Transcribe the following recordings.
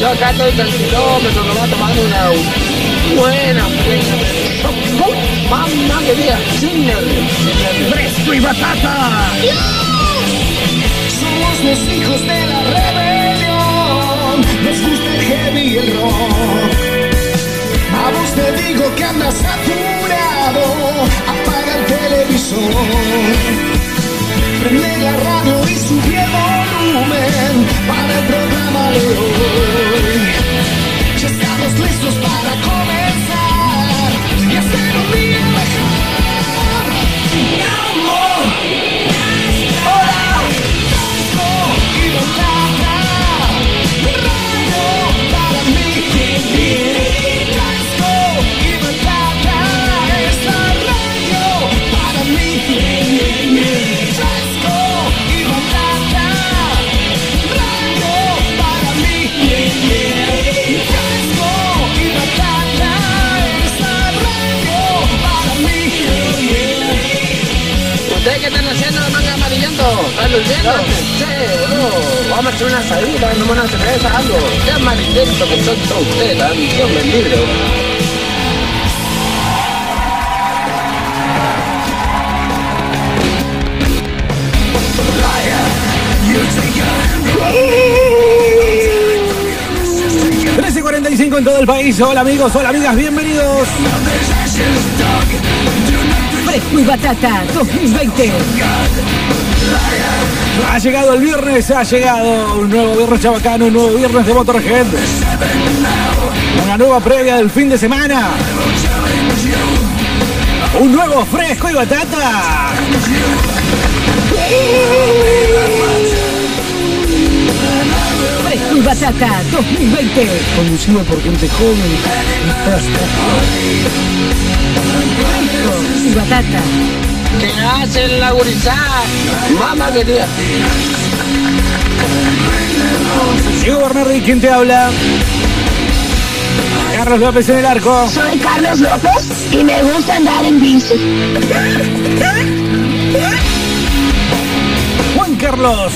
Yo acá estoy tranquilo, pero nos va tomando una buena fresca. Mamma que mía, sin nervios. Fresco y batata. Somos los hijos de la rebelión. Nos gusta el heavy y el rock. A vos te digo que andas saturado. Apaga el televisor. Prende la radio y subí el volumen para el programa de hoy. Ya estamos listos para comenzar y hacer un día mejor. Mi amor, hola, Vasco y Batata, radio para mí Vasco y Batata, es la radio para mí Vasco y Batata, radio para mí Vasco y Batata, es la radio para mí ¿Ustedes qué están haciendo? ¿Lo manga amarillento? ¿Están luciendo? Sí, boludo. Vamos a hacer una asadita, no una cerveza, algo. Qué amarillento que son todos ustedes, ¿eh? la misión del libro. y 45 en todo el país. Hola amigos, hola amigas, bienvenidos. Fresco y Batata 2020. Ha llegado el viernes, ha llegado un nuevo viernes chabacano, un nuevo viernes de Motorhead. Una nueva previa del fin de semana. Un nuevo fresco y batata. Fresco y Batata 2020. Conducido por gente joven. Fresco y Batata. ¿Qué hacen la gurizada? Mamá querida. Diego Bernardi, ¿quién te habla? Carlos López en el arco. Soy Carlos López y me gusta andar en bici. Juan Carlos.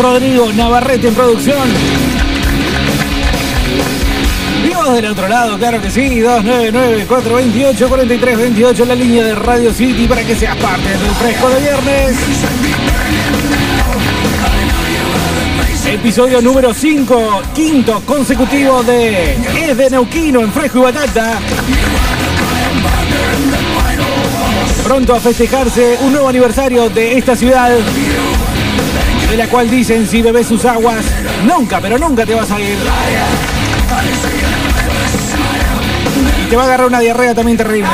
Rodrigo Navarrete en producción. Y vos del otro lado, claro que sí, 299-428-4328 la línea de Radio City para que seas parte del fresco de viernes. Episodio número 5, quinto consecutivo de Es de Neuquino en Fresco y Batata. Pronto a festejarse un nuevo aniversario de esta ciudad de la cual dicen si bebes sus aguas, nunca, pero nunca te vas a ir. Y te va a agarrar una diarrea también terrible.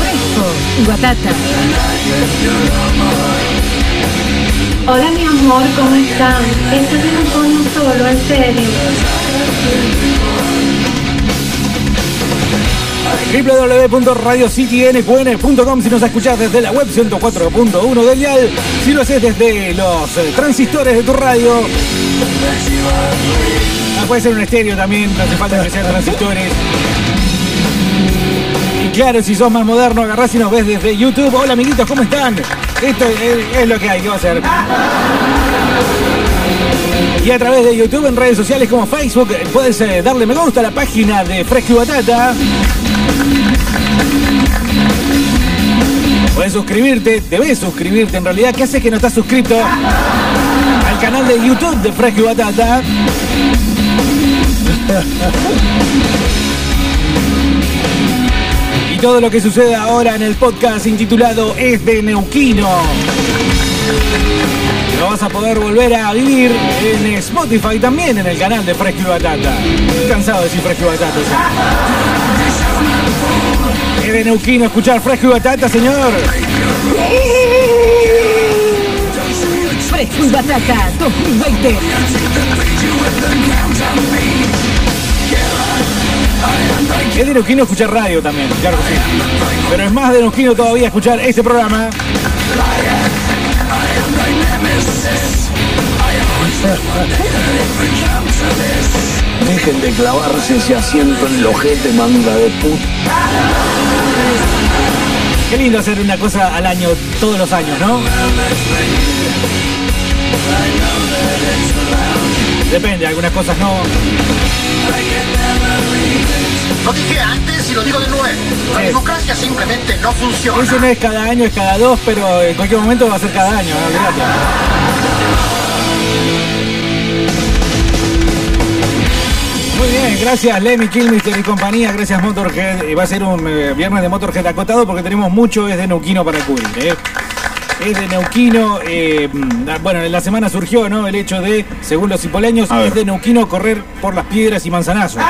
Fresco y Batata. Hola mi amor, ¿cómo están? Esto me lo pongo solo, en serio. www.radiocitynfn.com si nos escuchás desde la web 104.1 del dial, si lo haces desde los eh, transistores de tu radio. Ah, puede ser un estéreo también, no hace falta que sean transistores. Y claro, si sos más moderno, agarrás y nos ves desde YouTube. Hola amiguitos, ¿cómo están? Esto es, es lo que hay, ¿qué va a hacer? Y a través de YouTube, en redes sociales como Facebook, eh, puedes eh, darle me gusta a la página de Fresco y Batata. Puedes suscribirte, debes suscribirte en realidad. ¿Qué haces que no estás suscrito al canal de YouTube de Fresco y Batata? Y todo lo que sucede ahora en el podcast intitulado Es de Neuquino. Lo vas a poder volver a vivir en Spotify también en el canal de Fresco y Batata. Estoy cansado de decir Fresco y Batata. ya. Es de Neuquino escuchar Fresco y Batata, señor. Fresco y Batata 2020. Es de Neuquino escuchar radio también, claro que sí. Pero es más de Neuquino todavía escuchar este programa. Dejen de clavarse ese asiento en el ojete, manga de puta. Qué lindo hacer una cosa al año, todos los años, ¿no? Depende, algunas cosas no. Lo dije antes y lo digo de nuevo. La Sí. democracia simplemente no funciona. Ese no es cada año, es cada dos, pero en cualquier momento va a ser cada año, ¿no? Olvídate. Muy bien, gracias Lemmy Kilmister y compañía, gracias Motorhead. Eh, Va a ser un eh, viernes de Motorhead acotado porque tenemos mucho, es de Neuquino para cubrir. ¿eh? Es de Neuquino, eh, mm, ah, bueno, en la semana surgió ¿no? el hecho de, según los cipoleños, A ver. es de Neuquino correr por las piedras y manzanazos.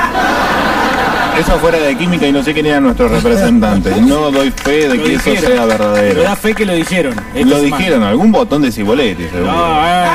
Eso fuera de química y no sé quién era nuestro representante. No doy fe de Lo que eso dijeron. sea verdadero. Me da fe que lo dijeron. esta Lo semana. dijeron, algún botón de cibolete, seguro. No, eh.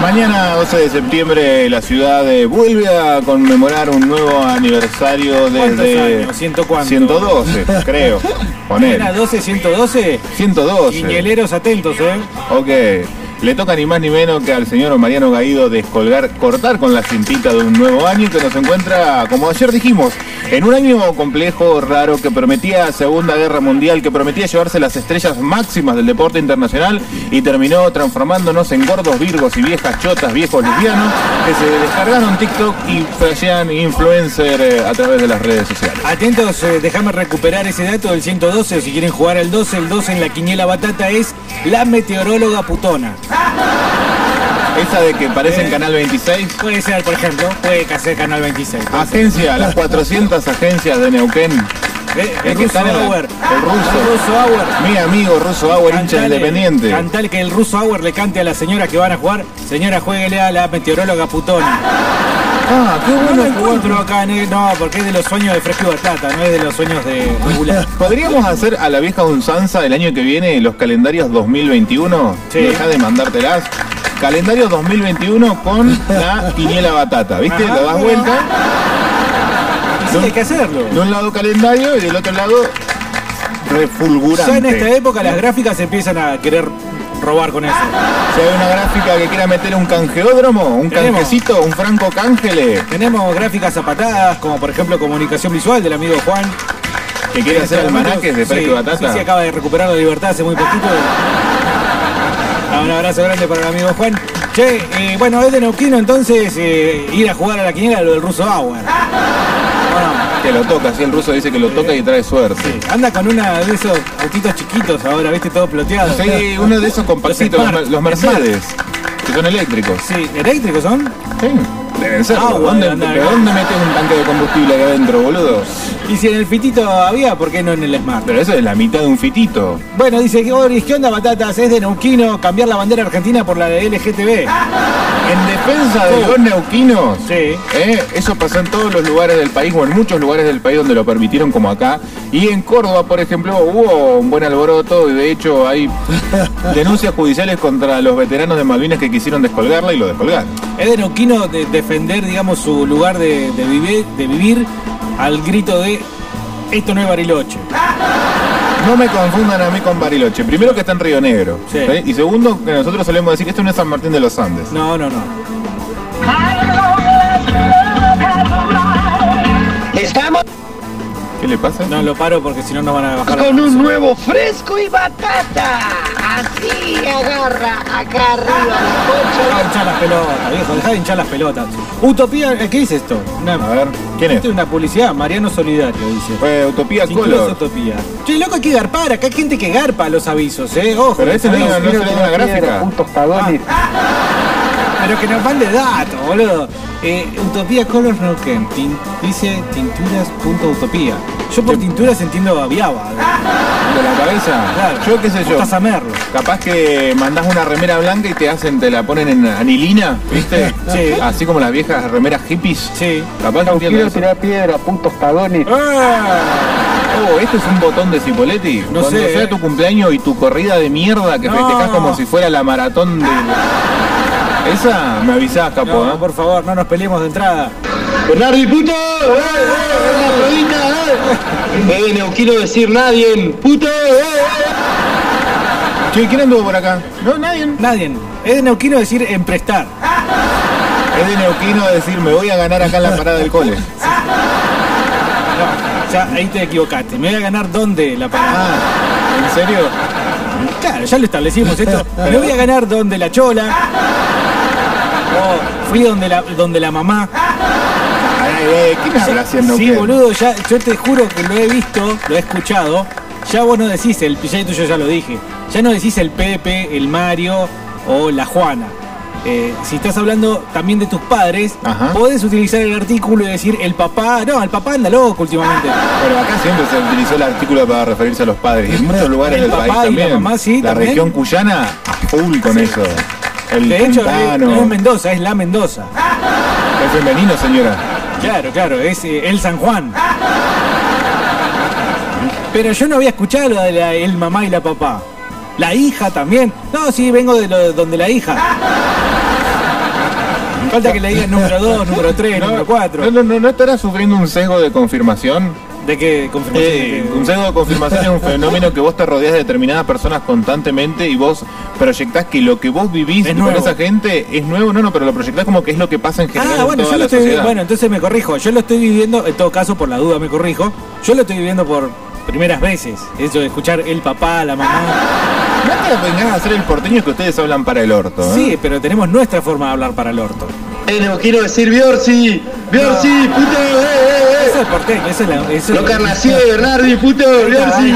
Mañana, 12 de septiembre, la ciudad eh, vuelve a conmemorar un nuevo aniversario ¿Cuántos desde... años? ¿Ciento cuánto? 112, creo. Poner. Era 12, 112. 112. Quiñeleros atentos, ¿eh? Ok. Le toca ni más ni menos que al señor Mariano Gaído descolgar, cortar con la cintita de un nuevo año que nos encuentra, como ayer dijimos, en un año complejo, raro, que prometía Segunda Guerra Mundial, que prometía llevarse las estrellas máximas del deporte internacional y terminó transformándonos en gordos virgos y viejas chotas, viejos lesbianos, que se descargaron TikTok y fallan influencer eh, a través de las redes sociales. Atentos, eh, déjame recuperar ese dato del 112. o Si quieren jugar al 12, el 12 en la quiniela batata es la meteoróloga putona. Esa de que parece en Canal 26, Puede ser, por ejemplo, puede que sea Canal 26. Agencia, las 400 agencias de Neuquén. Eh, el el que ruso está en la- Auer. el ruso. El ruso Auer. Mi amigo Russo Auer, hincha Cantale- independiente. cantale que el ruso Auer le cante a la señora que van a jugar. Señora, jueguele a la meteoróloga putona. Ah, qué No bueno lo jugar. encuentro acá, en el- no, porque es de los sueños de Fresco y Batata, no es de los sueños de regular. ¿Podríamos hacer a la vieja unzanza el año que viene los calendarios 2021? Sí. Deja de mandártelas. Calendario 2021 con la quiniela batata, ¿viste? Ajá, La das bueno. vuelta, Sí, hay que hacerlo. de un lado calendario y del otro lado refulgurante. Ya en esta época las gráficas empiezan a querer robar con eso. Si hay una gráfica que quiera meter un canjeódromo, un Tenemos. canjecito, un franco cángele, Tenemos gráficas zapatadas, como por ejemplo comunicación visual del amigo Juan. que quiere hacer almanaques de Fresco y sí, Batata. Sí, sí, acaba de recuperar la libertad hace muy poquito. Ah, Un abrazo grande para el amigo Juan. Che, eh, bueno, es de Neuquino entonces eh, ir a jugar a la quiniela lo del ruso Bauer. Bueno, Que lo toca, si el ruso dice que lo toca y trae suerte. anda con una de esos autitos chiquitos ahora, viste, todo ploteado. Sí, uno de esos compactitos, Los los, Smart. los Mercedes, que son eléctricos. Sí, eléctricos son. Sí, deben ser. Ah, bueno, ¿Dónde, anda, pero acá. ¿Dónde metes un tanque de combustible acá adentro, boludo? Y si en el fitito había, ¿por qué no en el Smart? Pero eso es la mitad de un fitito. Bueno, dice Boris, ¿qué onda, batatas? Es de Neuquino cambiar la bandera argentina por la de LGTB. En defensa de Sí. los neuquinos, Sí. ¿eh? eso pasó en todos los lugares del país o en muchos lugares del país donde lo permitieron como acá. Y en Córdoba, por ejemplo, hubo un buen alboroto y de hecho hay denuncias judiciales contra los veteranos de Malvinas que quisieron descolgarla y lo descolgaron. Es de Neuquino de- defender, digamos, su lugar de, de vivir, de vivir al grito de esto no es Bariloche. No me confundan a mí con Bariloche. Primero que está en Río Negro. Sí. ¿sí? Y segundo, que nosotros solemos decir que esto no es San Martín de los Andes. No, no, no. Estamos ¿Qué le pasa? No lo paro porque si no nos van a bajar. la con un música. nuevo fresco y batata. Así agarra acá arriba la Dejá coche. de hinchar las pelotas, viejo, dejá de hinchar las pelotas. Utopía, eh, ¿qué es esto? Una, A ver, ¿quién es? esto es una publicidad, Mariano Solidario, dice. Fue Utopía Incluso Color. utopía. Che, loco, hay que garpar, acá hay gente que garpa los avisos, eh. Ojo. Pero ese no, ¿sabes? no se le da una gráfica. Pero que nos mande datos, boludo. Eh, Utopía Colors Neuquén, tin- dice tinturas.utopía. Yo por tinturas entiendo a Viaba, ¿De la cabeza? claro. Yo qué sé yo. Estás a merlo. Capaz que mandás una remera blanca y te hacen, te la ponen en anilina, ¿viste? Sí. Así como las viejas remeras hippies. Sí. Capaz que entiendo eso. piedra, puntos tagones. Oh, este es un botón de Cipoletti. No Cuando sé, sea eh. tu cumpleaños y tu corrida de mierda que No. festejás como si fuera la maratón de. Esa me avisás, capo, No, ¿eh? por favor, no nos peleemos de entrada. Bernardi, puto. Eh, no quiero decir nadie, puto. Che, ¿quién anduvo por acá? No, nadie. Nadie. Es de Neuquino decir emprestar. Es de Neuquino decir, me voy a ganar acá en la parada del cole. No, ya ahí te equivocaste. Me voy a ganar dónde la Ah, parada. Ah, ¿en serio? Claro, ya lo establecimos esto. Me voy a ganar dónde la chola. Oh, fui donde la, donde la mamá. Ay, eh, ¿Quién habla haciendo Sí, boludo, ya, yo te juro que lo he visto, lo he escuchado. Ya vos no decís el ya tuyo, ya lo dije. Ya no decís el Pepe, el Mario o la Juana. Eh, si estás hablando también de tus padres, Ajá. podés utilizar el artículo y decir el papá. No, el papá anda loco últimamente. Pero acá siempre se utilizó el artículo para referirse a los padres. Y en muchos lugares El del papá país y la también. mamá, sí, también. región cuyana, a full con eso. El De hecho, no puntano. no es Mendoza, es la Mendoza. Es femenino, señora. Claro, claro, es eh, el San Juan. Pero yo no había escuchado lo de la- el mamá y la papá. La hija también. No, sí, vengo de lo- donde la hija. Falta que le digan número 2, número 3, número 4. No, no, no, no estará sufriendo un sesgo de confirmación. ¿De qué Ah, confirmación? Eh, un sesgo de confirmación es un fenómeno que vos te rodeas de determinadas personas constantemente y vos proyectás que lo que vos vivís Es con nuevo. esa gente es nuevo, no, no, pero lo proyectás como que es lo que pasa en general Ah, en bueno, yo toda lo la estoy sociedad. Bueno, entonces me corrijo. Yo lo estoy viviendo, en todo caso, por la duda me corrijo. Yo lo estoy viviendo por primeras veces. Eso de escuchar el papá, la mamá. No te vengas a hacer el porteño que ustedes hablan para el orto. ¿eh? Sí, pero tenemos nuestra forma de hablar para el orto. Eh, no quiero decir Biorsi. Biorsi, puto. Eh, eh, Eso es porteño, eso es la. Eso eh. es Lo carnací de Bernardi, puto. Biorsi.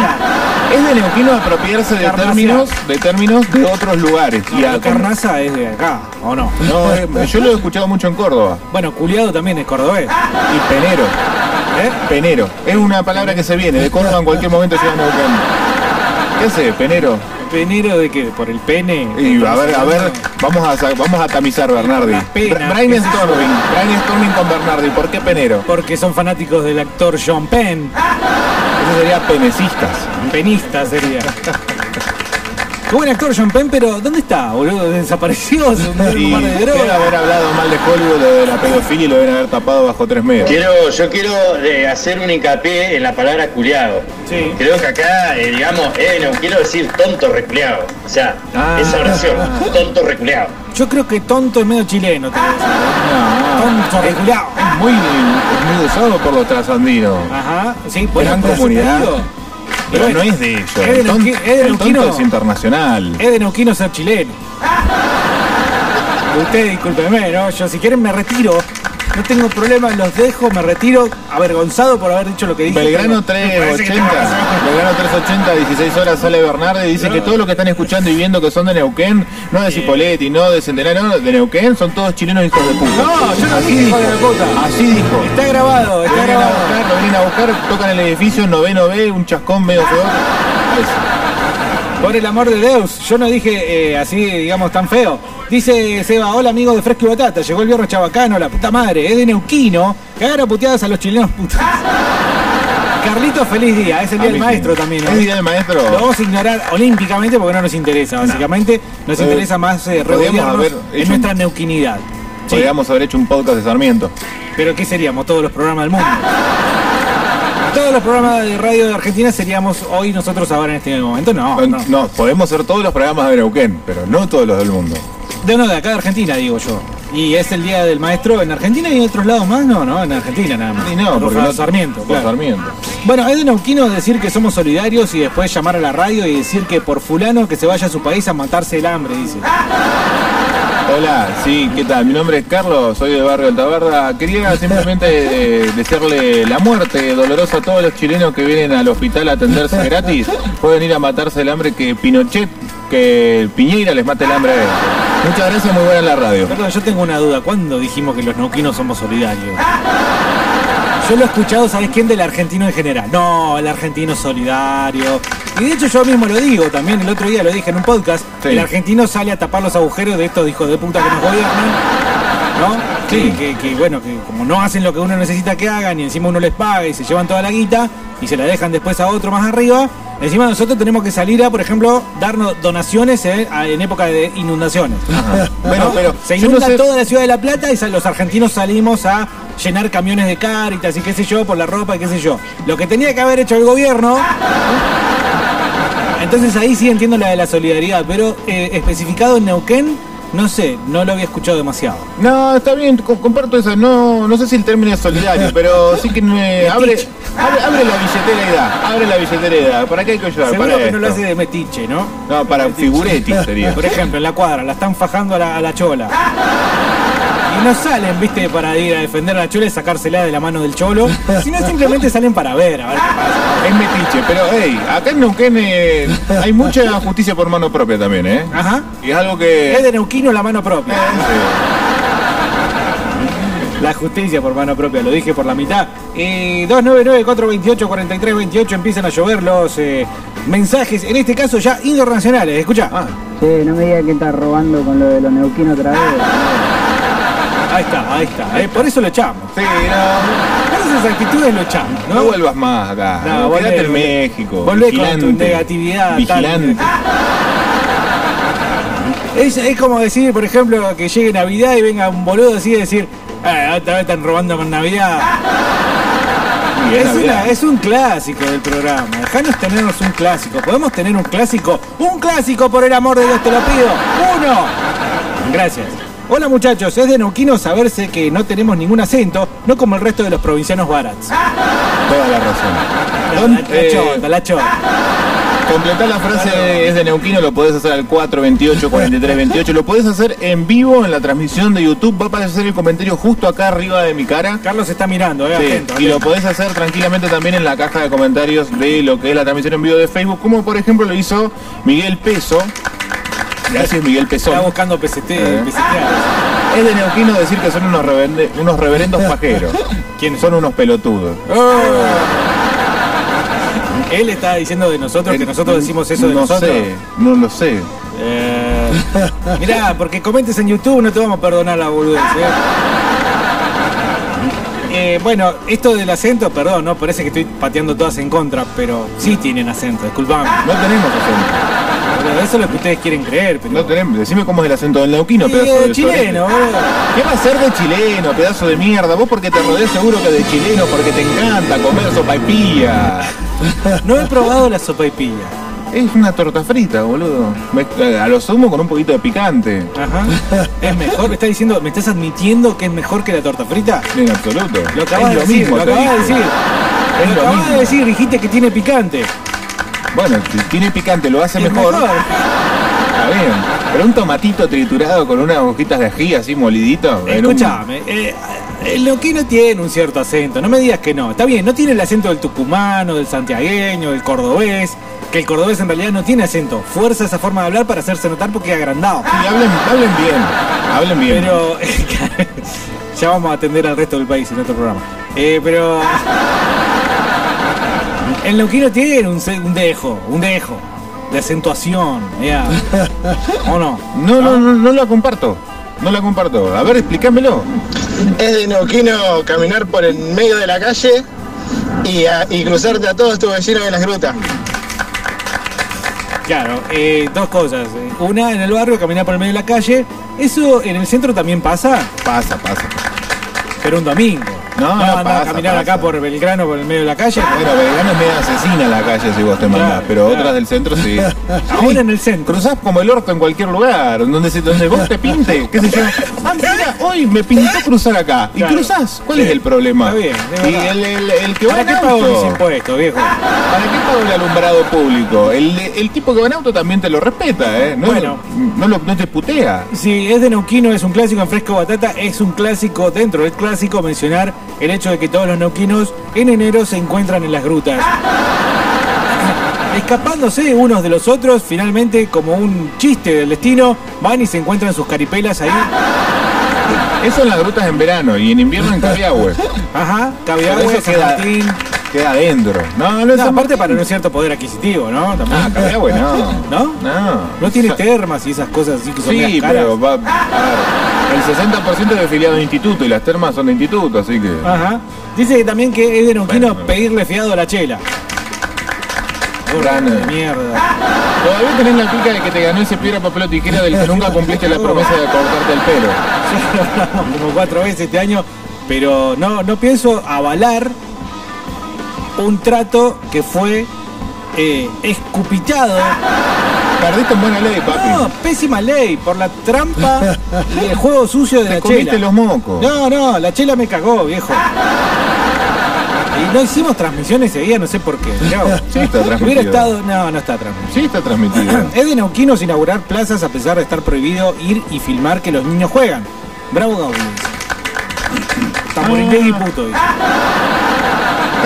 Es de neuquino apropiarse de Carnaza. términos, de términos de otros lugares. No, Y la a- carnaza es de acá, ¿o no? No, eh, yo lo he escuchado mucho en Córdoba. Bueno, culiado también es cordobés. Y penero. ¿eh? Penero. Es una palabra que se viene. De Córdoba en cualquier momento llega a Neuquén. ¿Qué hace, penero? ¿Penero de qué? ¿Por el pene? Y a ver, a ver, vamos a, sa- vamos a tamizar Bernardi. Las penas. Bra- Brian Storming. Brian Storming con Bernardi. ¿Por qué penero? Porque son fanáticos del actor John Penn. Eso sería penecistas. Penista sería. Qué buen actor John Penn, pero ¿dónde está, boludo? Desapareció, se hundió en un Y mar de deben droga. haber hablado mal de Hollywood, lo de la pedofilia y lo deben haber tapado bajo tres medios. Quiero, yo quiero eh, hacer un hincapié en la palabra culiado. Sí. Creo que acá, eh, digamos, eh, no quiero decir tonto reculeado. O sea, Ah. esa oración, tonto reculeado. Yo creo que tonto es medio chileno. te voy a decir. No. Tonto, reculado. Ah, Es muy, es muy usado por los trasandinos. Ajá, sí, Gran por eso te comunidad. digo. Pero Bueno, no es de ellos. es de El, ton- Neuqui- es de el Neuquino. tonto es internacional. Es de Neuquino ser chileno. Ustedes discúlpenme, ¿no? Yo si quieren me retiro. No tengo problema, los dejo, me retiro avergonzado por haber dicho lo que dije. Belgrano Pero me parece que 380, tengo razón. Belgrano 380, 16 horas sale Bernardi y dice que todos los que están escuchando y viendo que son de Neuquén, no de Cipoletti, no de Centenario, no, de Neuquén, son todos chilenos hijos de puta. No, yo no dije hijo de puta. Así dijo. Está grabado, Lo está vienen a grabado. buscar, lo vienen a buscar, tocan el edificio, noveno B, un chascón medio feo. Eso. Por el amor de Deus, yo no dije eh, así, digamos, tan feo. Dice Seba, hola amigo de Fresco y Batata, llegó el viernes chabacano, la puta madre, es de Neuquino, cagar a puteadas a los chilenos putos. Carlitos, feliz día, es el día A del mí sí. maestro también. ¿no? Es día del maestro. Lo vamos a ignorar olímpicamente porque no nos interesa, básicamente. Nos Eh, interesa más eh, podríamos regodearnos haber en hecho nuestra un- neuquinidad. Sí, Podríamos haber hecho un podcast de Sarmiento. pero ¿qué seríamos? Todos los programas del mundo. Todos los programas de radio de Argentina seríamos hoy nosotros ahora en este momento. No, No, no. podemos hacer todos los programas de Neuquén, pero no todos los del mundo. De uno de acá de Argentina, digo yo. Y es el día del maestro en Argentina y en otros lados más, no, no, en Argentina nada más. Y no, porque Rafa no- Sarmiento, por claro. Sarmiento. Bueno, es de Neuquino decir que somos solidarios y después llamar a la radio y decir que por fulano que se vaya a su país a matarse el hambre, dice. Hola, sí, ¿qué tal? Mi nombre es Carlos, soy del barrio Altabarda. Quería simplemente eh, desearle la muerte dolorosa a todos los chilenos que vienen al hospital a atenderse gratis. Pueden ir a matarse el hambre que Pinochet, que Piñeira les mate el hambre. a ellos. Muchas gracias, muy buena la radio. Perdón, yo tengo una duda. ¿Cuándo dijimos que los neuquinos somos solidarios? Yo lo he escuchado, ¿sabes quién? Del argentino en general. No, el argentino solidario. Y de hecho yo mismo lo digo también, el otro día lo dije en un podcast. Sí. El argentino sale a tapar los agujeros de estos hijos de puta que nos gobiernan. ¿No? Sí. Que, que- que, bueno, que como no hacen lo que uno necesita que hagan y encima uno les paga y se llevan toda la guita y se la dejan después a otro más arriba, encima nosotros tenemos que salir a, por ejemplo, darnos donaciones eh, a- en época de inundaciones. Bueno, ¿no? pero se yo no inunda sé- toda la ciudad de La Plata y sal- los argentinos salimos a llenar camiones de caritas y qué sé yo, por la ropa y qué sé yo. Lo que tenía que haber hecho el gobierno. Entonces ahí sí entiendo la de la solidaridad, pero eh, especificado en Neuquén No sé, no lo había escuchado demasiado. No, está bien, co- comparto eso. No, no sé si el término es solidario, pero sí que me abre, abre, abre la billetera y da. Abre la billetera y da. ¿Para qué hay que ayudar? Seguro Para que no lo esto. hace de metiche, ¿no? No, para figuretti sería. Por ejemplo, en la cuadra, la están fajando a la, a la chola. Y no salen, viste, para ir a defender a la chola y sacársela de la mano del cholo, sino simplemente salen para ver, a ver qué pasa. Es metiche, pero hey, acá en Neuquén eh, hay mucha justicia por mano propia también, ¿eh? Ajá. Y es algo que... Ah. Es de Neuquino la mano propia. Sí. La justicia por mano propia, lo dije por la mitad. Y 299-428-4328 empiezan a llover los eh, mensajes, en este caso ya internacionales. Escucha, Che, Ah. no me digas que estás robando con lo de los neuquinos otra vez. ahí está, ahí está. eh, por eso lo echamos. Sí, no, Por esas actitudes lo echamos, no ¿no? vuelvas más acá. No, Quédate volvé, en volvé. México. Volvé con tu vigilante, negatividad tal. Ah, Vigilante. Es, es como decir, por ejemplo, que llegue Navidad y venga un boludo así y decir, ah, otra vez están robando con Navidad. Y es Es, Navidad. una- es un clásico del programa. Dejanos tenernos un clásico. ¿Podemos tener un clásico? ¡Un clásico, por el amor de Dios, te lo pido! ¡Uno! Gracias. Hola muchachos, es de Neuquino saberse que no tenemos ningún acento, no como el resto de los provincianos barats. Toda la razón. La, Don- la Ah. eh, chota, la chota. Completar la frase es de Neuquino, lo podés hacer al 428 4328, lo podés hacer en vivo en la transmisión de YouTube, va a aparecer el comentario justo acá arriba de mi cara. Carlos está mirando, eh, Sí, atento, y lo atento. podés hacer tranquilamente también en la caja de comentarios de lo que es la transmisión en vivo de Facebook, como por ejemplo lo hizo Miguel Peso. Gracias Miguel Está Peso. buscando PCT, Eh. PCT. Es de Neuquino decir que son unos, reverende- unos reverendos pajeros. ¿Quiénes Son unos pelotudos. Ah. Él está diciendo de nosotros que nosotros decimos eso de Eh, no nosotros. Sé, no lo sé. Eh, mirá, porque comentes en YouTube no te vamos a perdonar la boludez. ¿eh? Eh, bueno, esto del acento, perdón, no parece que estoy pateando todas en contra, pero sí tienen acento, disculpame. No tenemos acento. Boludo, Eso es lo que ustedes quieren creer, pero. No tenemos. Decime cómo es el acento del neuquino, Y, pedazo eh, de chileno, boludo. sorete. ¿Qué va a ser de chileno, pedazo de mierda? Vos porque te rodees seguro que de chileno, porque te encanta comer sopa y pilla. No he probado la sopa y pilla. Es una torta frita, boludo. Mezcla- A lo sumo con un poquito de picante. Ajá. Es mejor, me estás diciendo, me estás admitiendo que es mejor que la torta frita. En absoluto. Lo Es acabas de decir, lo te acabas de dije. decir. Es Lo lo acabas de mismo. decir, dijiste que tiene picante. Bueno, si tiene picante, lo hace Es mejor. mejor. Está bien. Pero un tomatito triturado con unas hojitas de ají así molidito. en un- Escuchame, eh, el neuquino tiene un cierto acento, no me digas que no. Está bien, no tiene el acento del tucumano, del santiagueño, del cordobés, que el cordobés en realidad no tiene acento. Fuerza esa forma de hablar para hacerse notar porque es agrandado. Sí, hablen, hablen bien. Hablen Ah, bien. Pero ya vamos a atender al resto del país en otro programa. Eh, pero el neuquino tiene un, ce- un dejo, un dejo de acentuación, ya. ¿o no? No, Ah. no, no, no la comparto. No la comparto. A ver, explícamelo. Es de Neuquino caminar por el medio de la calle y, a- y cruzarte a todos tus vecinos de las grutas. Claro, eh, dos cosas. eh. Una, en el barrio, caminar por el medio de la calle. Eso en el centro también pasa, Pasa, pasa. pero un domingo. No, no andá a pasa, caminar acá pasa. por Belgrano, por el medio de la calle. Bueno, vegano es medio asesina la calle si vos te mandás, Claro, pero claro. otras del centro sí. Ahora en el centro. Cruzás como el orto en cualquier lugar, donde, se- donde vos te pinte, qué sé yo. Ah, mira, hoy me pintó cruzar acá. Y Claro. cruzás, ¿cuál Sí. es el problema? Está bien, es y verdad. el, el- el que va ¿Para en qué pago mis auto, impuestos, viejo? ¿para qué pago el alumbrado público? El, el tipo que va en auto también te lo respeta, ¿eh? No, Bueno. no, lo- no te putea. Si es de Neuquino, es un clásico en fresco batata, es un clásico dentro del clásico mencionar el hecho de que todos los neuquinos en enero se encuentran en las grutas. Escapándose unos de los otros, finalmente, como un chiste del destino, van y se encuentran sus caripelas ahí. Eso en las grutas en verano y en invierno en Cabiahue. Ajá, caviar, Pero eso San queda- Martín. Queda adentro. No, no es No, San aparte Martín. para un cierto poder adquisitivo, ¿no? También. Ah, Cabiahue no. ¿No? No. No tiene Sa- termas y esas cosas así que son Sí, medias caras. pero va, a ver, el 60% es de afiliado de instituto y las termas son de instituto, así que... Ajá. Dice que también que es de Neuquino Bueno, no. pedirle fiado a la chela. Gran- eh. de mierda. Todavía tenés la pica de que te ganó ese piedra, papel o tijera del que nunca cumpliste la promesa de cortarte el pelo. Ya lo hablamos como cuatro veces este año, pero no, no pienso avalar un trato que fue eh, escupitado Perdiste en buena ley, papi. No, pésima ley, por la trampa y el juego sucio de Te la comiste chela. los mocos. No, no, la chela me cagó, viejo. Y no hicimos transmisión ese día, no sé por qué. Chao. Sí, está transmitido. Hubiera estado. No, no está transmitido. Sí, está transmitido. Es de Neuquinos inaugurar plazas a pesar de estar prohibido ir y filmar que los niños juegan. Bravo Gaudí. Tamborindegui Ah. puto. dice.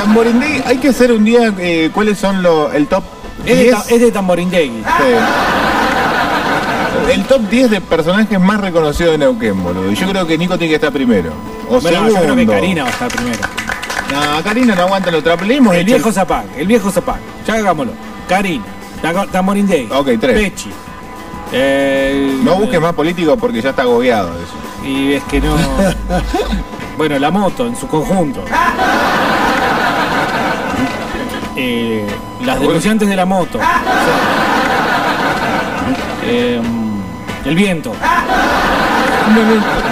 Tamborindí, hay que hacer un día eh, cuáles son los el top Es de, 10. Eh, ta- es de Tamborindegui. eh, el top 10 de personajes más reconocidos de Neuquén, boludo. Y Yo creo que Nico tiene que estar primero. O Bueno, yo segundo. creo que Karina va a estar primero. No, Karina no aguanta los trapos. Le hemos El hecho viejo Zapac, el viejo Zapac. Ya hagámoslo. Karina, Tago- Tamborindegui. Ok, tres. Pechi. Eh, No busques más políticos porque ya está agobiado de eso. Y es que no. bueno, la moto en su conjunto. Ah. Eh, Ah, las denunciantes de la moto. Eh, el viento. Ah,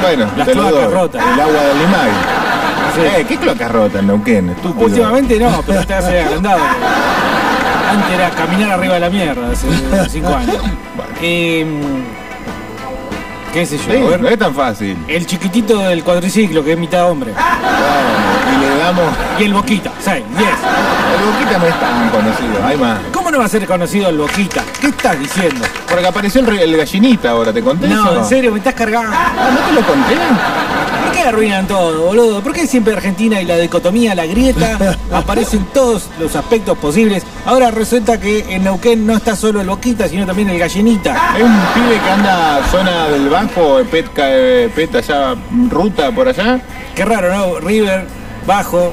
Bueno, Las te lo cloacas doy. rotas. El agua del Limay. Eh, ¿qué cloacas rotas en Neuquén? Estúpido. Últimamente no, pero te hace agrandado. Antes era caminar arriba de la mierda hace cinco años. Bueno. Eh, ¿Qué sé yo? Sí, a ver. no es tan fácil. El chiquitito del cuadriciclo que es mitad hombre. Ah. Bueno, y le damos. Y el boquita, 6, 10. El Boquita no es tan conocido, hay más. ¿Cómo no va a ser conocido el Boquita? ¿Qué estás diciendo? Porque apareció el, re- el gallinita ahora, ¿te conté? eso? No, en serio, me estás cargando. Ah, ¿No te lo conté? ¿Por qué arruinan todo, boludo? ¿Por qué siempre Argentina y la dicotomía, la grieta, aparecen todos los aspectos posibles? Ahora resulta que en Neuquén no está solo el Boquita, sino también el Gallinita. Es un pibe que anda zona del Bajo, Petca, eh, Pet allá, ruta por allá. Qué raro, ¿no? River, bajo.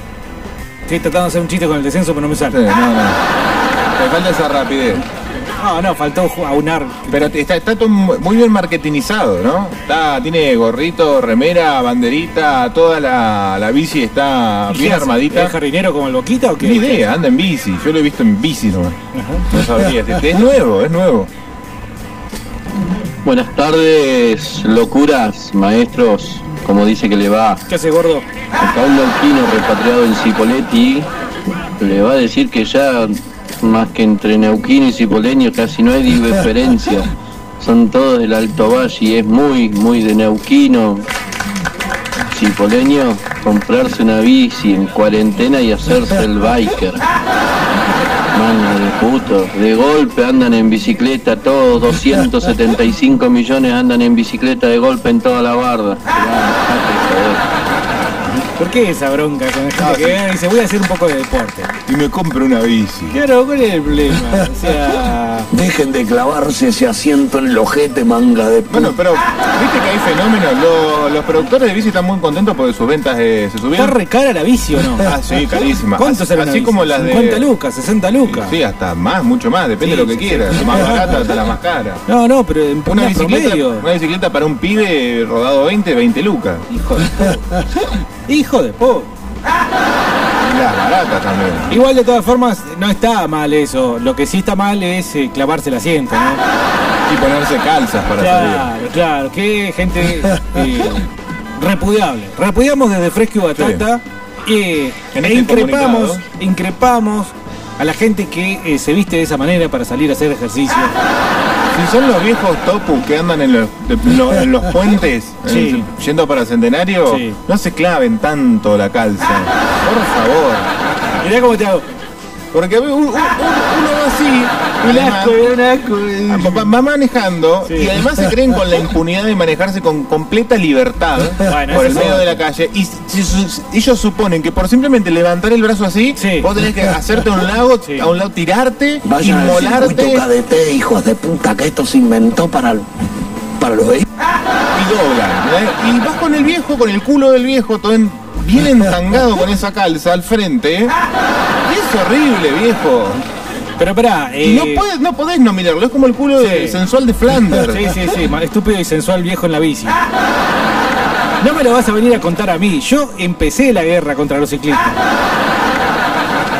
Estoy tratando de hacer un chiste con el descenso, pero no me Sí, sale. no, no. Te falta esa rapidez. No, no, faltó ju- aunar. Pero te- está, está todo mu- muy bien marketinizado, ¿no? Está, tiene gorrito, remera, banderita, toda la, la bici está ¿Y qué Ah, bien hace? armadita. ¿Es jardinero como el Boquita o qué? Ni idea, anda en bici. Yo lo he visto en bici nomás. Ajá. No sabría. este- Es nuevo, es nuevo. Buenas tardes, locuras, maestros, como dice que le va. ¿Qué hace, gordo? Acá un neuquino repatriado en Cipoletti le va a decir que ya más que entre neuquino y cipoleño casi no hay diferencia. Son todos del Alto Valle y es muy, muy de neuquino. Cipoleño, comprarse una bici en cuarentena y hacerse el biker. Mano de puto, de golpe andan en bicicleta todos, 275 millones andan en bicicleta de golpe en toda la barda. Ya, dejate de joder. ¿Por qué esa bronca con la gente Ah, que sí. viene y dice, voy a hacer un poco de deporte? Y me compro una bici. Claro, ¿cuál es el problema? O sea, Dejen de clavarse ese asiento en el ojete, manga de puta. Bueno, pero viste que hay fenómenos. Lo- los productores de bici están muy contentos porque sus ventas eh, se ¿está subieron. re cara la bici o no? Ah, sí, carísima. ¿Cuánto Así- será una Así bici? como las de. 50 lucas, 60 lucas. Sí, hasta más, mucho más, depende Sí, de lo que sí, sí. quieras. La más barata hasta la más cara. No, no, pero en Una una bicicleta, promedio. una bicicleta para un pibe rodado 20, 20 lucas. Hijo de po. Hijo de po. Y las baratas también. Igual de todas formas, no está mal eso. Lo que sí está mal es eh, clavarse el asiento, ¿no? Y ponerse calzas para salir. Claro, claro. Qué gente eh, repudiable. Repudiamos desde Fresco y Batata eh, En e este increpamos, comunicado. increpamos a la gente que eh, se viste de esa manera para salir a hacer ejercicio. Si son los viejos topu que andan en los, de- lo- en los puentes, Sí. eh, yendo para Centenario, Sí. no se claven tanto la calza. Por favor. Mirá cómo te hago. Porque un- un- un- uno va así, Un además, asco, un asco. va- va manejando Sí. y además se creen con la impunidad de manejarse con completa libertad Bueno, por el eso medio sí. de la calle. Y si su- ellos suponen que por simplemente levantar el brazo así, Sí. vos tenés que hacerte a un lado, Sí. a un lado tirarte, Vayan al circuito inmolarte KDT, hijos de puta, que esto se inventó para, para los vehículos. y doblan. ¿eh? Y vas con el viejo, con el culo del viejo, todo en- bien entangado con esa calza al frente. ¿eh? Y es horrible, viejo. Pero pará, Y eh, no, podés, no podés no mirarlo, es como el culo de- Sí. sensual de Flanders. Sí, sí, sí, ma- estúpido y sensual viejo en la bici. No me lo vas a venir a contar a mí. Yo empecé la guerra contra los ciclistas.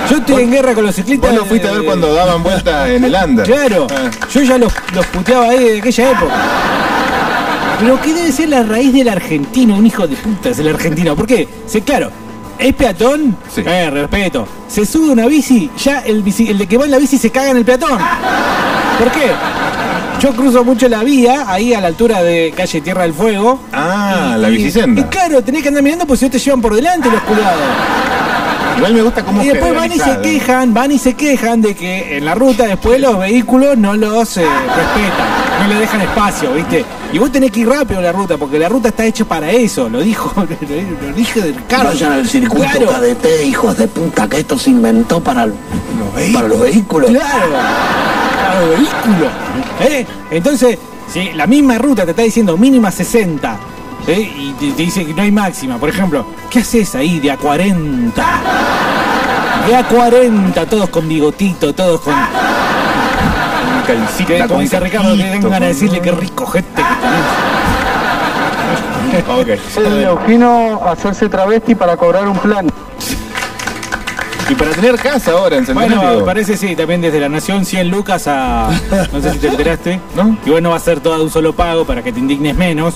Yo estoy en guerra con los ciclistas. Vos lo fuiste a ver eh, cuando daban vueltas en el under. Claro, Ah, yo ya los, los puteaba ahí desde aquella época. Pero ¿qué debe ser la raíz del argentino, un hijo de puta es el argentino? ¿Por qué? Sí, claro, ¿Es peatón? Eh, respeto. Se sube una bici, ya el, bici- el de que va en la bici se caga en el peatón. ¿Por qué? Yo cruzo mucho la vía, ahí a la altura de calle Tierra del Fuego. Ah, la Y- bicicenda. Y claro, tenés que andar mirando porque si no te llevan por delante los culados. Igual me gusta cómo Y después van y se federalizado. quejan, van y se quejan de que en la ruta después los vehículos no los eh, respetan, no le dejan espacio, ¿viste? Y vos tenés que ir rápido en la ruta, porque la ruta está hecha para eso, lo dijo, lo dijo del carro. Vayan al circuito Claro. KDT, hijos de puta, que esto se inventó para, el- para los vehículos. Claro, para los vehículos. ¿eh? Entonces, si la misma ruta te está diciendo mínima 60, ¿eh? y te, te dice que no hay máxima, por ejemplo, ¿qué haces ahí de a 40? De a 40, todos con bigotito, todos con... Calcita Que, como con dice Ricardo, que calcito, tengo ganas de con- decirle que rico gente que tenés. Ok. El neuquino hacerse travesti para cobrar un plan. Y para tener casa ahora en Bueno, Centenario. parece sí, también desde la Nación 100 lucas a. No sé si te enteraste. ¿No? Y bueno, va a ser todo de un solo pago para que te indignes menos.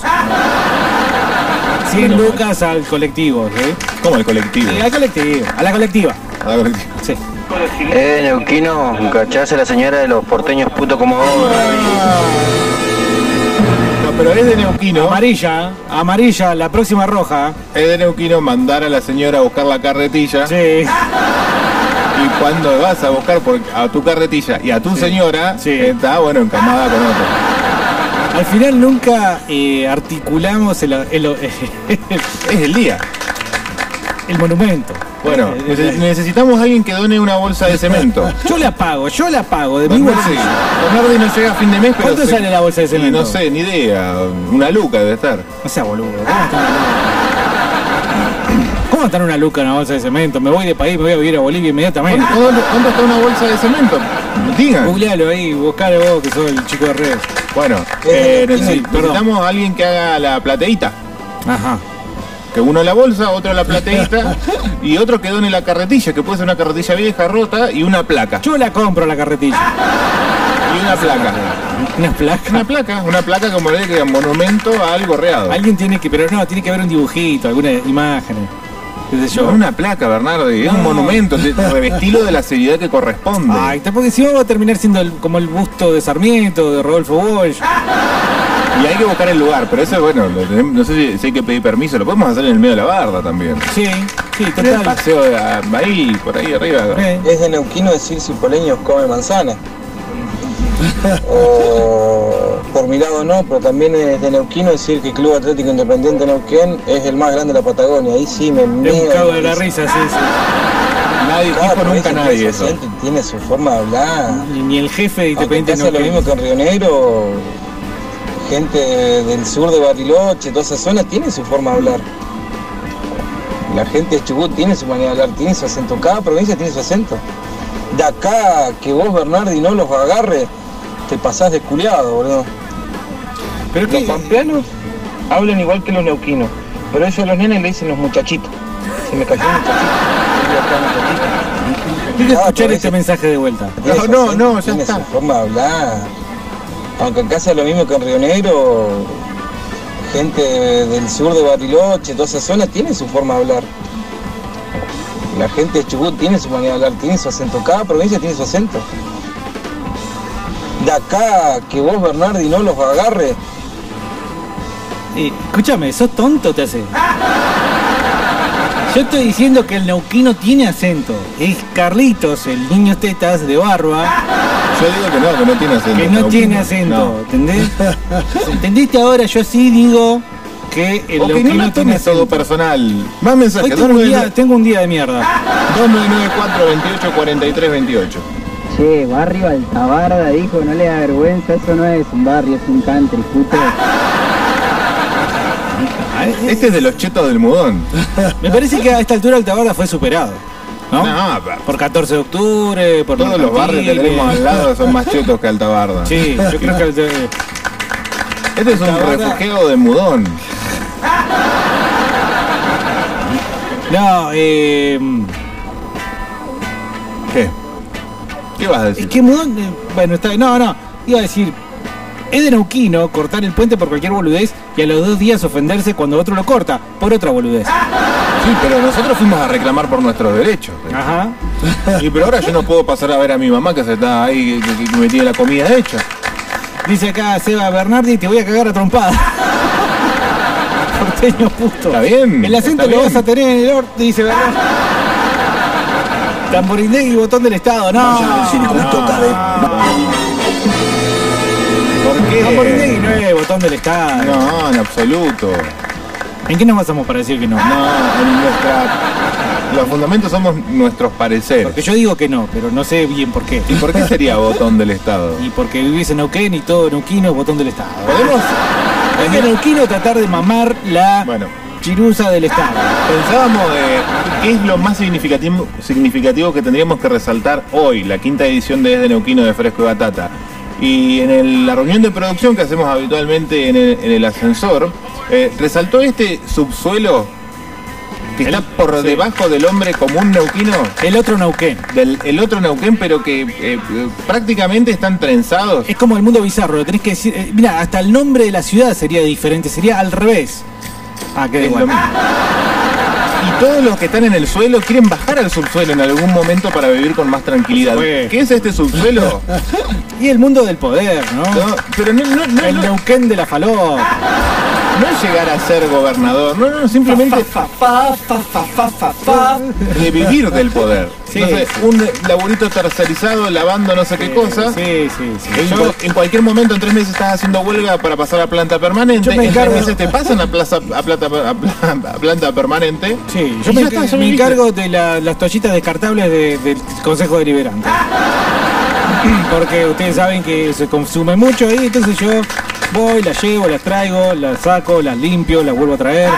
100 lucas al colectivo, ¿sí? ¿Cómo al colectivo? Ah, al colectivo, a la colectiva. A la colectiva. Sí. Eh, Neuquino, cachase la señora de los porteños putos como vos. No, pero es de Neuquino. Amarilla, amarilla, la próxima roja. Es de Neuquino mandar a la señora a buscar la carretilla. Sí. Y cuando vas a buscar por- a tu carretilla y a tu señora, está, bueno, encamada con otro. Al final nunca eh, articulamos el, el- Es el día. El monumento. Bueno, Eh, nece- eh, necesitamos a alguien que done una bolsa de cemento. Yo la pago, yo la pago, de mi Don bolsillo. Nardi- Don Nardi no llega a fin de mes, pero ¿Cuánto se- sale la bolsa de y cemento? No sé, ni idea. Una luca debe estar. No sea boludo. ¿Cómo está una luca en una bolsa de cemento? Me voy de país, me voy a vivir a Bolivia inmediatamente. ¿Cuánto, cuánto- cuánto está una bolsa de cemento? Digan. Googlealo ahí, buscale vos que sos el chico de redes. Bueno, Eh, eh, necesi- sí, perdón. necesitamos a alguien que haga la plateíta. Ajá. Que uno la bolsa, otro la plateíta y otro que done la carretilla, que puede ser una carretilla vieja, rota y una placa. Yo la compro la carretilla. Y una placa. Una placa. Una placa, una placa como le que monumento a algo reado. Alguien tiene que, pero no, tiene que haber un dibujito, alguna imagen. ¿Qué sé yo? No, una placa, Bernardi, es un monumento, te- revestilo de la seriedad que corresponde. Ay, está- porque si no va a terminar siendo el- como el busto de Sarmiento, de Rodolfo Bosch. Y hay que buscar el lugar, pero eso, bueno, lo tenemos- no sé si, si hay que pedir permiso, lo podemos hacer en el medio de la barda también. Sí, sí, El total. Eh, paseo de- ahí, por ahí arriba. Es de neuquino decir si poleños come manzana. O, por mi lado no, pero también es de neuquino decir que el Club Atlético Independiente Neuquén es el más grande de la Patagonia. Ahí sí me Ah, Es un meo cago de la risa, sí, sí. Ah. Nadie, dijo nunca nadie eso. Tiene su forma de hablar. Ni, ni el jefe de Aunque Independiente pasa lo Neuquén. mismo que en Río Negro, gente del sur de Bariloche, todas esas zonas tienen su forma de hablar. La gente de Chubut tiene su manera de hablar, tiene su acento, cada provincia tiene su acento. De acá que vos, Bernardi, no los agarres, te pasás de culiado, boludo. Pero los pampeanos hablan igual que los neuquinos, pero ellos a los nenes le dicen los muchachitos. Se me cayó un Ah, muchachito. Quiero escuchar este mensaje de vuelta. No, no, no, ya está. forma de hablar. Aunque acá sea lo mismo que en Río Negro, gente del sur de Bariloche, todas esas zonas tienen su forma de hablar. La gente de Chubut tiene su manera de hablar, tiene su acento. Cada provincia tiene su acento. De acá, que vos, Bernardi, no los agarres, Eh, escúchame, ¿sos tonto te hace? Yo estoy diciendo que el neuquino tiene acento. Es Carlitos, el niño tetas de barba, Yo digo que no, que no tiene acento. que no tiene acento, No. ¿entendés? ¿Entendiste ahora? Yo sí digo que el Ok, no neuquino lo tiene tomes acento. todo personal. Más mensajes. Hoy tengo un, día, tengo un día de mierda. 2994 28 43 28. Che, barrio Altabarda, dijo, no le da vergüenza, eso no es un barrio, es un country, puto. Este es de los chetos del mudón. Me parece que a esta altura Altabarda fue superado. ¿No? No, por 14 de octubre, por Todos los barrios que Mercantiles. tenemos al lado son más chetos que Altabarda. Sí, yo creo que eh, Altabarda. Este es un Altabarda- refugio de mudón. No, eh. ¿Qué? ¿Qué vas a decir? Es que Mudón. eh, Bueno, está. No, no. Iba a decir. Es de Neuquino cortar el puente por cualquier boludez y a los dos días ofenderse cuando otro lo corta por otra boludez. Sí, Sí, pero nosotros fuimos a reclamar por nuestros derechos. Ajá. Ah. Y pero ahora yo no puedo pasar a ver a mi mamá que se está ahí, que, que- que me tiene la comida hecha. Dice acá Seba Bernardi, te voy a cagar a trompada. Porteño puto. Está bien, El acento está lo bien. vas a tener en el norte, dice Bernardi. Tamborindé y botón del Estado, no. ¿Por qué? Eh, Tamborindegui no es botón del Estado. Eh, No, en absoluto. ¿En qué nos basamos para decir que no? No, en nuestra. Los fundamentos somos nuestros pareceres. Porque yo digo que no, pero no sé bien por qué. ¿Y por qué sería botón del Estado? Y porque vivís en Neuquén y todo Neuquino es botón del Estado. Podemos Es de Neuquino tratar de mamar la chirusa del Estado. Pensábamos de qué es lo más significativo, significativo que tendríamos que resaltar hoy, la quinta edición de Desde Neuquino de Fresco y Batata. Y en el- la reunión de producción que hacemos habitualmente en el, en el ascensor, eh, resaltó este subsuelo que está por debajo del hombre común neuquino. El otro Neuquén. Del, el otro Neuquén, pero que eh, eh, prácticamente están trenzados. Es como el mundo bizarro, lo tenés que decir. mira, hasta el nombre de la ciudad sería diferente, sería al revés. Ah, qué Es igual. lo mismo. Y todos los que están en el suelo quieren bajar al subsuelo en algún momento para vivir con más tranquilidad. Fue. ¿Qué es este subsuelo? Y el mundo del poder, ¿no? No, pero no, no, no, el no, Neuquén de la falopa. no es llegar a ser gobernador, no, no, simplemente de vivir del poder. Sí, No sé, sí. un laburito tercerizado, lavando no sé qué cosa. Sí, sí, sí. En, Yo, cual- en cualquier momento, en tres meses estás haciendo huelga para pasar a planta permanente. Yo me en encargo. tres meses te pasan a, plaza, a, plata, a, pla- a planta permanente. sí, Y yo me, ya está, ya me viviste. encargo de la- las toallitas descartables de- del Consejo Deliberante. Porque ustedes saben que se consume mucho ahí, entonces yo voy, las llevo, las traigo, las saco, las limpio, las vuelvo a traer.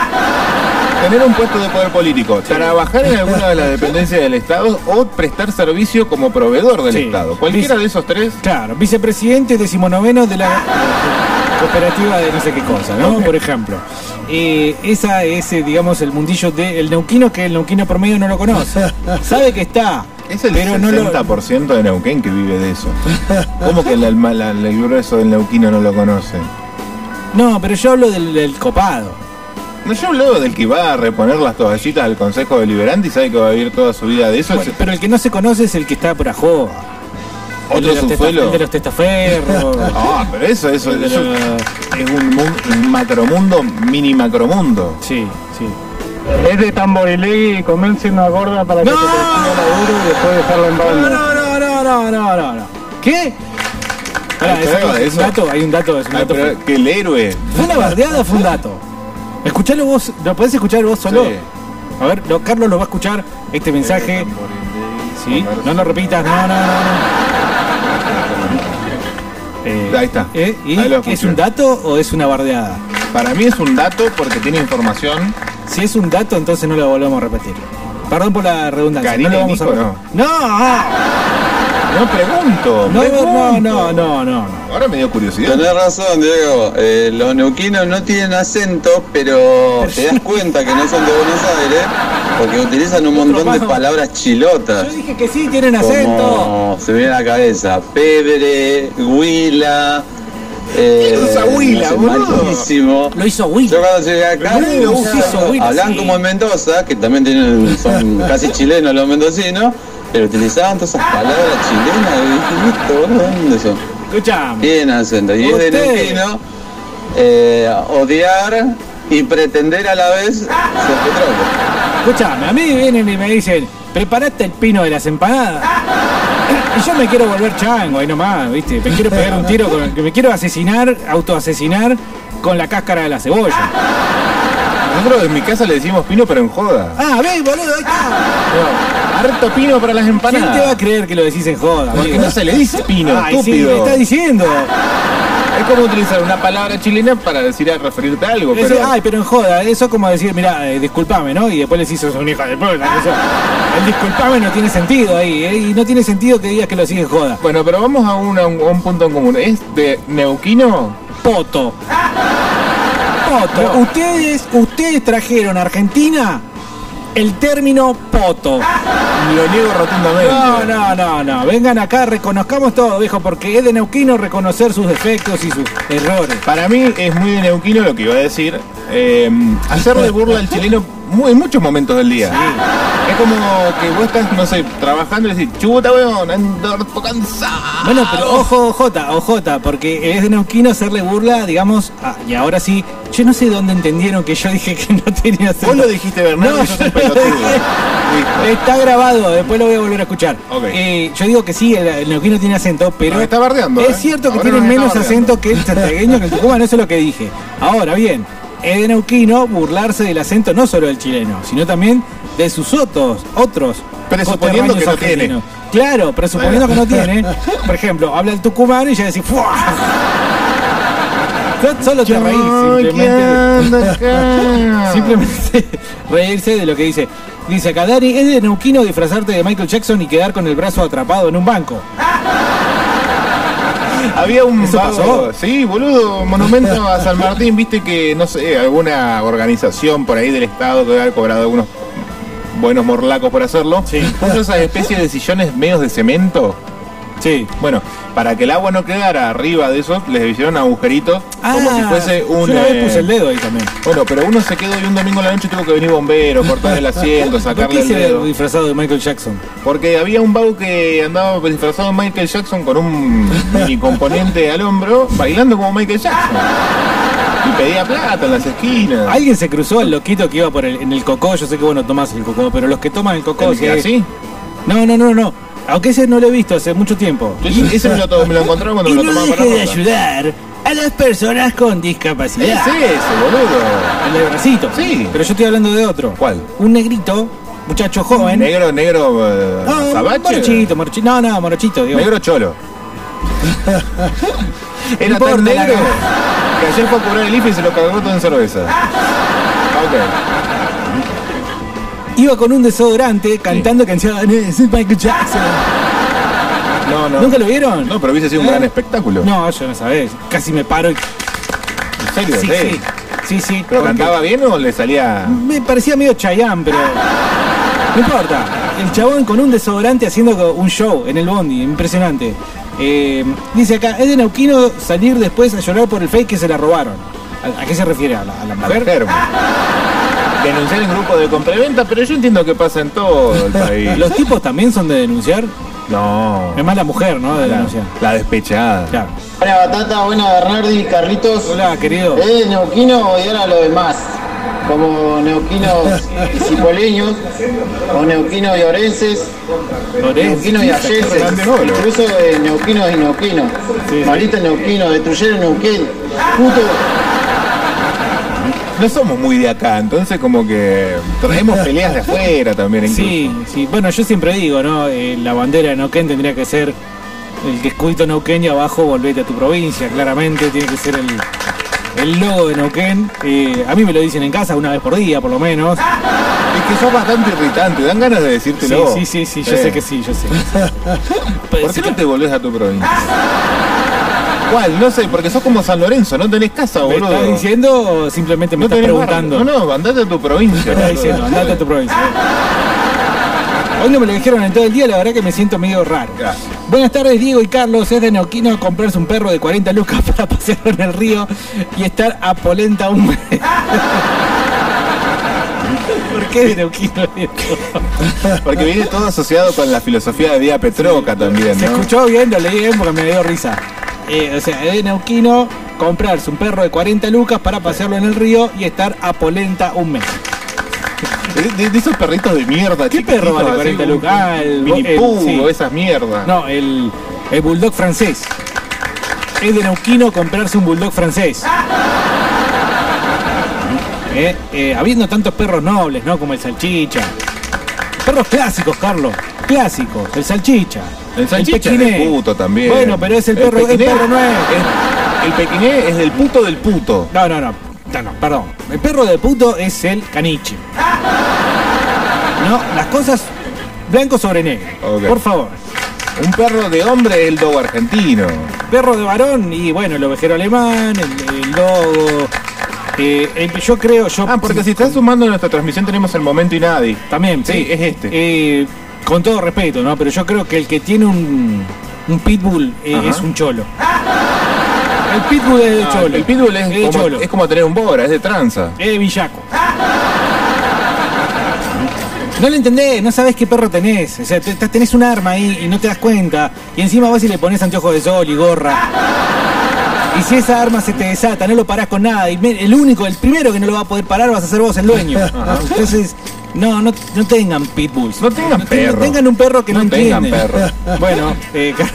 Tener un puesto de poder político, trabajar en alguna de las dependencias del Estado o prestar servicio como proveedor del Sí. Estado. Cualquiera de esos tres. Claro, vicepresidente decimonoveno de la cooperativa de no sé qué cosa, ¿no? Ok. Por ejemplo. Eh, esa es, eh, digamos, el mundillo del neuquino que el neuquino promedio no lo conoce. Sabe que está. Es el pero no lo, 60% de Neuquén que vive de eso. ¿Cómo que el, alma- la- la- el grueso del neuquino no lo conoce? No, pero yo hablo del, del copado. No, yo hablo del que va a reponer las toallitas al Consejo Deliberante y sabe que va a vivir toda su vida de eso. Bueno, pero el que no se conoce es el que está por ajoa. El de ¿Otro los testa- subsuelo? el de los testaferros. Ah, pero eso, eso, El de eso los- es un, mun- un macromundo, mini macromundo. Sí, sí. Es de Tamborilé y comerse una gorda para que ¡No! te consiga laburo y después dejarlo en No, banda. no, no, no, no, no, no, no. ¿Qué? Pará, Hay es- prueba de es un eso. dato, hay un dato, es un Ay, dato. Ah, pero que el héroe. ¿Fue una bardeada o fue un dato? Escuchalo vos, lo podés escuchar vos solo. Sí. A ver, lo- Carlos lo va a escuchar este mensaje. Sí, no lo repitas, no, no, no. Eh, Ahí está. ¿Eh? ¿Y Ahí lo escuché. es un dato o es una bardeada? Para mí es un dato porque tiene información. Si es un dato, entonces no lo volvemos a repetir. Perdón por la redundancia. Karina no lo y vamos a Nico, repetir. No, ah, No pregunto. no, no, pregunto. no, no, no. Ahora me dio curiosidad. Tenés razón, Diego. Eh, los neuquinos no tienen acento, pero te das cuenta que no son de Buenos Aires porque utilizan un montón de palabras chilotas. Yo dije que sí, tienen acento. Como se me viene a la cabeza, pebre, huila. Eh, ¿Qué usa huila, sé, boludo? malísimo. Lo hizo Huila. Yo cuando llegué acá, Huila, lo hizo Huila, hablan sí. como en Mendoza, que también tienen, son casi chilenos los mendocinos, pero utilizaban todas esas palabras chilenas. Y dije, "Listo, boludo, ¿dónde son? Escuchame. Tienen acento. Y es de Usted. neuquino, eh, odiar y pretender a la vez ser petróleo. Escuchame, a mí vienen y me dicen, preparaste el pino de las empanadas. Y yo me quiero volver chango ahí nomás, ¿viste? Me quiero pegar un tiro, con, que me quiero asesinar, autoasesinar con la cáscara de la cebolla. Nosotros en mi casa le decimos pino, pero en joda. Ah, ve, boludo, ahí está. No, harto pino para las ¿Quién te va a empanadas. creer que lo decís en joda? Porque boludo? no se le dice pino, Ay, sí, estúpido. me está diciendo. Es como utilizar una palabra chilena para decir, a referirte a algo, Le decís, pero Ay, pero en joda, eso es como decir, mira, disculpame, ¿no? Y después le decís, sos un hijo de puta. que sos". El disculpame no tiene sentido ahí, ¿eh? y no tiene sentido que digas que lo decís en joda. Bueno, pero vamos a un, a un- a un punto en común. ¿Es de Neuquino? Poto. Poto. No. Ustedes, ustedes trajeron a Argentina el término poto. Lo niego rotundamente. No, no, no, no. Vengan acá, reconozcamos todo, viejo, porque es de Neuquino reconocer sus defectos y sus errores. Para mí es muy de Neuquino lo que iba a decir. Eh, hacerle burla al chileno mu- en muchos momentos del día. Es como que vos estás, no sé, trabajando y decís, chuta, weón, ando harto cansado. Bueno, pero ojo, ojota, ojota, porque es de Neuquino hacerle burla, digamos, ah, y ahora sí, yo no sé dónde entendieron que yo dije que no tenía acento. Vos lo dijiste, Bernardo, no, y sos yo un no lo pelotudo. dije. Está grabado, después lo voy a volver a escuchar. Eh, yo digo que sí, el, el neuquino tiene acento, pero Nos está bardeando, es ¿eh? cierto que Ahora tiene nos está menos bardeando. acento que el santiagueño, que el tucumano, eso es lo que dije. Ahora bien, es de neuquino burlarse del acento no solo del chileno, sino también de sus otros, otros. Presuponiendo que coterráneos no tiene. argentinos. Claro, presuponiendo que no tiene. Por ejemplo, habla el tucumano y ya decís ¡Fua! So- Solo te reís, simplemente. simplemente reírse de lo que dice. Dice acá, Dani, es de Neuquino disfrazarte de Michael Jackson y quedar con el brazo atrapado en un banco. Había un ¿Eso vago- pasó? sí, boludo, monumento a San Martín, viste que, no sé, alguna organización por ahí del Estado que había cobrado algunos buenos morlacos por hacerlo, puso esas especies de sillones medios de cemento. Sí. Bueno, para que el agua no quedara arriba de esos, les hicieron agujeritos como Ah, si fuese yo un... una vez eh, puse el dedo ahí también. Bueno, pero uno se quedó y un domingo en la noche tuvo que venir bombero, cortar el asiento, ¿Por qué sacarle el se ve dedo. disfrazado de Michael Jackson? Porque había un vago que andaba disfrazado de Michael Jackson con un mini componente al hombro, bailando como Michael Jackson. Y pedía plata en las esquinas. Alguien se cruzó al loquito que iba por el, en el cocó, yo sé que vos no tomás el cocó, pero los que toman el cocó... ¿El que sí. así? No, no, no, no. Aunque ese no lo he visto hace mucho tiempo. Yo ese me lo, me lo encontraba cuando y me lo no tomaba deje para de ayudar a las personas con discapacidad. Es ese, boludo. El de bracito. Sí. Pero yo estoy hablando de otro. ¿Cuál? Un negrito, muchacho joven. Negro, negro, eh, No, azabache. Ah, morochito, morochito. No, no, morochito, digo. Negro cholo. No Era tan importa la negro cara. que ayer fue a cobrar el IFE y se lo cargó todo en cerveza. Ok. Iba con un desodorante cantando canciones de Michael Jackson. No, no. ¿Nunca lo vieron? No, pero hubiese sido un ¿Eh? gran espectáculo. No, yo no sabés. Casi me paro y. ¿En serio? Sí, Sí. sí. Sí, sí. ¿Pero porque- cantaba bien o le salía...? Me parecía medio Chayán, pero. No importa. El chabón con un desodorante haciendo co- un show en el Bondi, impresionante. Eh, dice acá, es de Neuquino salir después a llorar por el fake que se la robaron. ¿A, a qué se refiere? ¿A la, a la A mujer? ver, Germo. Denunciar en grupo de compraventa, pero yo entiendo que pasa en todo el país. ¿Los tipos también son de denunciar? No. Es más la mujer, ¿no? De La, denunciar. la despechada. Buena batata, buena Bernardi, Carlitos. Hola, querido. ¿Eh? Es neuquino y ahora lo demás. Como neuquinos y cipoleños, o neuquinos y orenses, neuquinos y ayenses, incluso de neuquinos y neuquinos. Malito neuquino, destruyeron neuquén. Puto. No somos muy de acá, entonces como que traemos peleas de afuera también incluso. Sí, sí. Bueno, yo siempre digo, ¿no? Eh, la bandera de Neuquén tendría que ser el escudito Neuquén y abajo volvete a tu provincia, claramente. Tiene que ser el, el logo de Neuquén. Eh, a mí me lo dicen en casa una vez por día, por lo menos. Ah, Es que sos bastante irritante, dan ganas de decírtelo. Sí, sí, eh. sí, sí, yo sé que sí, yo sé. ¿Por qué no te volvés a tu provincia? ¿Cuál? No sé, porque sos como San Lorenzo, no tenés casa, ¿Me boludo. estás diciendo o simplemente me No estás tenés preguntando? barrio. No, no, andate a tu provincia. Me estás boludo. diciendo, andate a tu provincia. Hoy no me lo dijeron en todo el día, la verdad que me siento medio raro. Buenas tardes, Diego y Carlos. Es de Neuquino comprarse un perro de 40 lucas para pasear en el río y estar a polenta un mes. ¿Por qué de Neuquino esto? Porque viene todo asociado con la filosofía de Día Petroca también, Se ¿no? escuchó bien, lo leí bien porque me dio risa. Eh, o sea, es de Neuquino comprarse un perro de 40 lucas para pasearlo en el río y estar a polenta un mes. De, de- de esos perritos de mierda, ¿Qué chiquititos, perro vale así, 40 un- lucas? Ah, el- un Mini el- Pug sí. o esas mierdas. No, el, el bulldog francés. Es de Neuquino comprarse un bulldog francés. Eh, eh, habiendo tantos perros nobles, ¿no? Como el salchicha. Perros clásicos, Carlos. Clásicos. El salchicha. El salchicha es pequiné. del puto también. Bueno, pero es el perro, el pequiné perro no es. es- El pequiné es del puto del puto. No, no, no. No, no, perdón. El perro del puto es el caniche. No, las cosas blanco sobre negro. Ok. Por favor. Un perro de hombre es el dogo argentino. perro de varón y bueno, el ovejero alemán, el, el dogo. eh, el que yo creo, yo. Ah, porque si estás sumando en nuestra transmisión tenemos el momento y nadie. También, Sí, es este. Eh, con todo respeto, ¿no? Pero yo creo que el que tiene un, un pitbull eh, Ajá. es un cholo. El pitbull es de Ah, cholo. El pitbull es, de como, cholo. es como tener un bora, es de tranza. Es de villaco. No lo entendés, no sabés qué perro tenés. O sea, te- te- tenés un arma ahí y no te das cuenta. Y encima vas y le pones anteojos de sol y gorra. Y si esa arma se te desata, no lo parás con nada. Y me- el único, el primero que no lo va a poder parar vas a ser vos el dueño. Ajá. Entonces, no, no, no tengan pitbulls. No tengan perro. tengan un perro que no, No tengan entiende. perro. Bueno, eh, Car-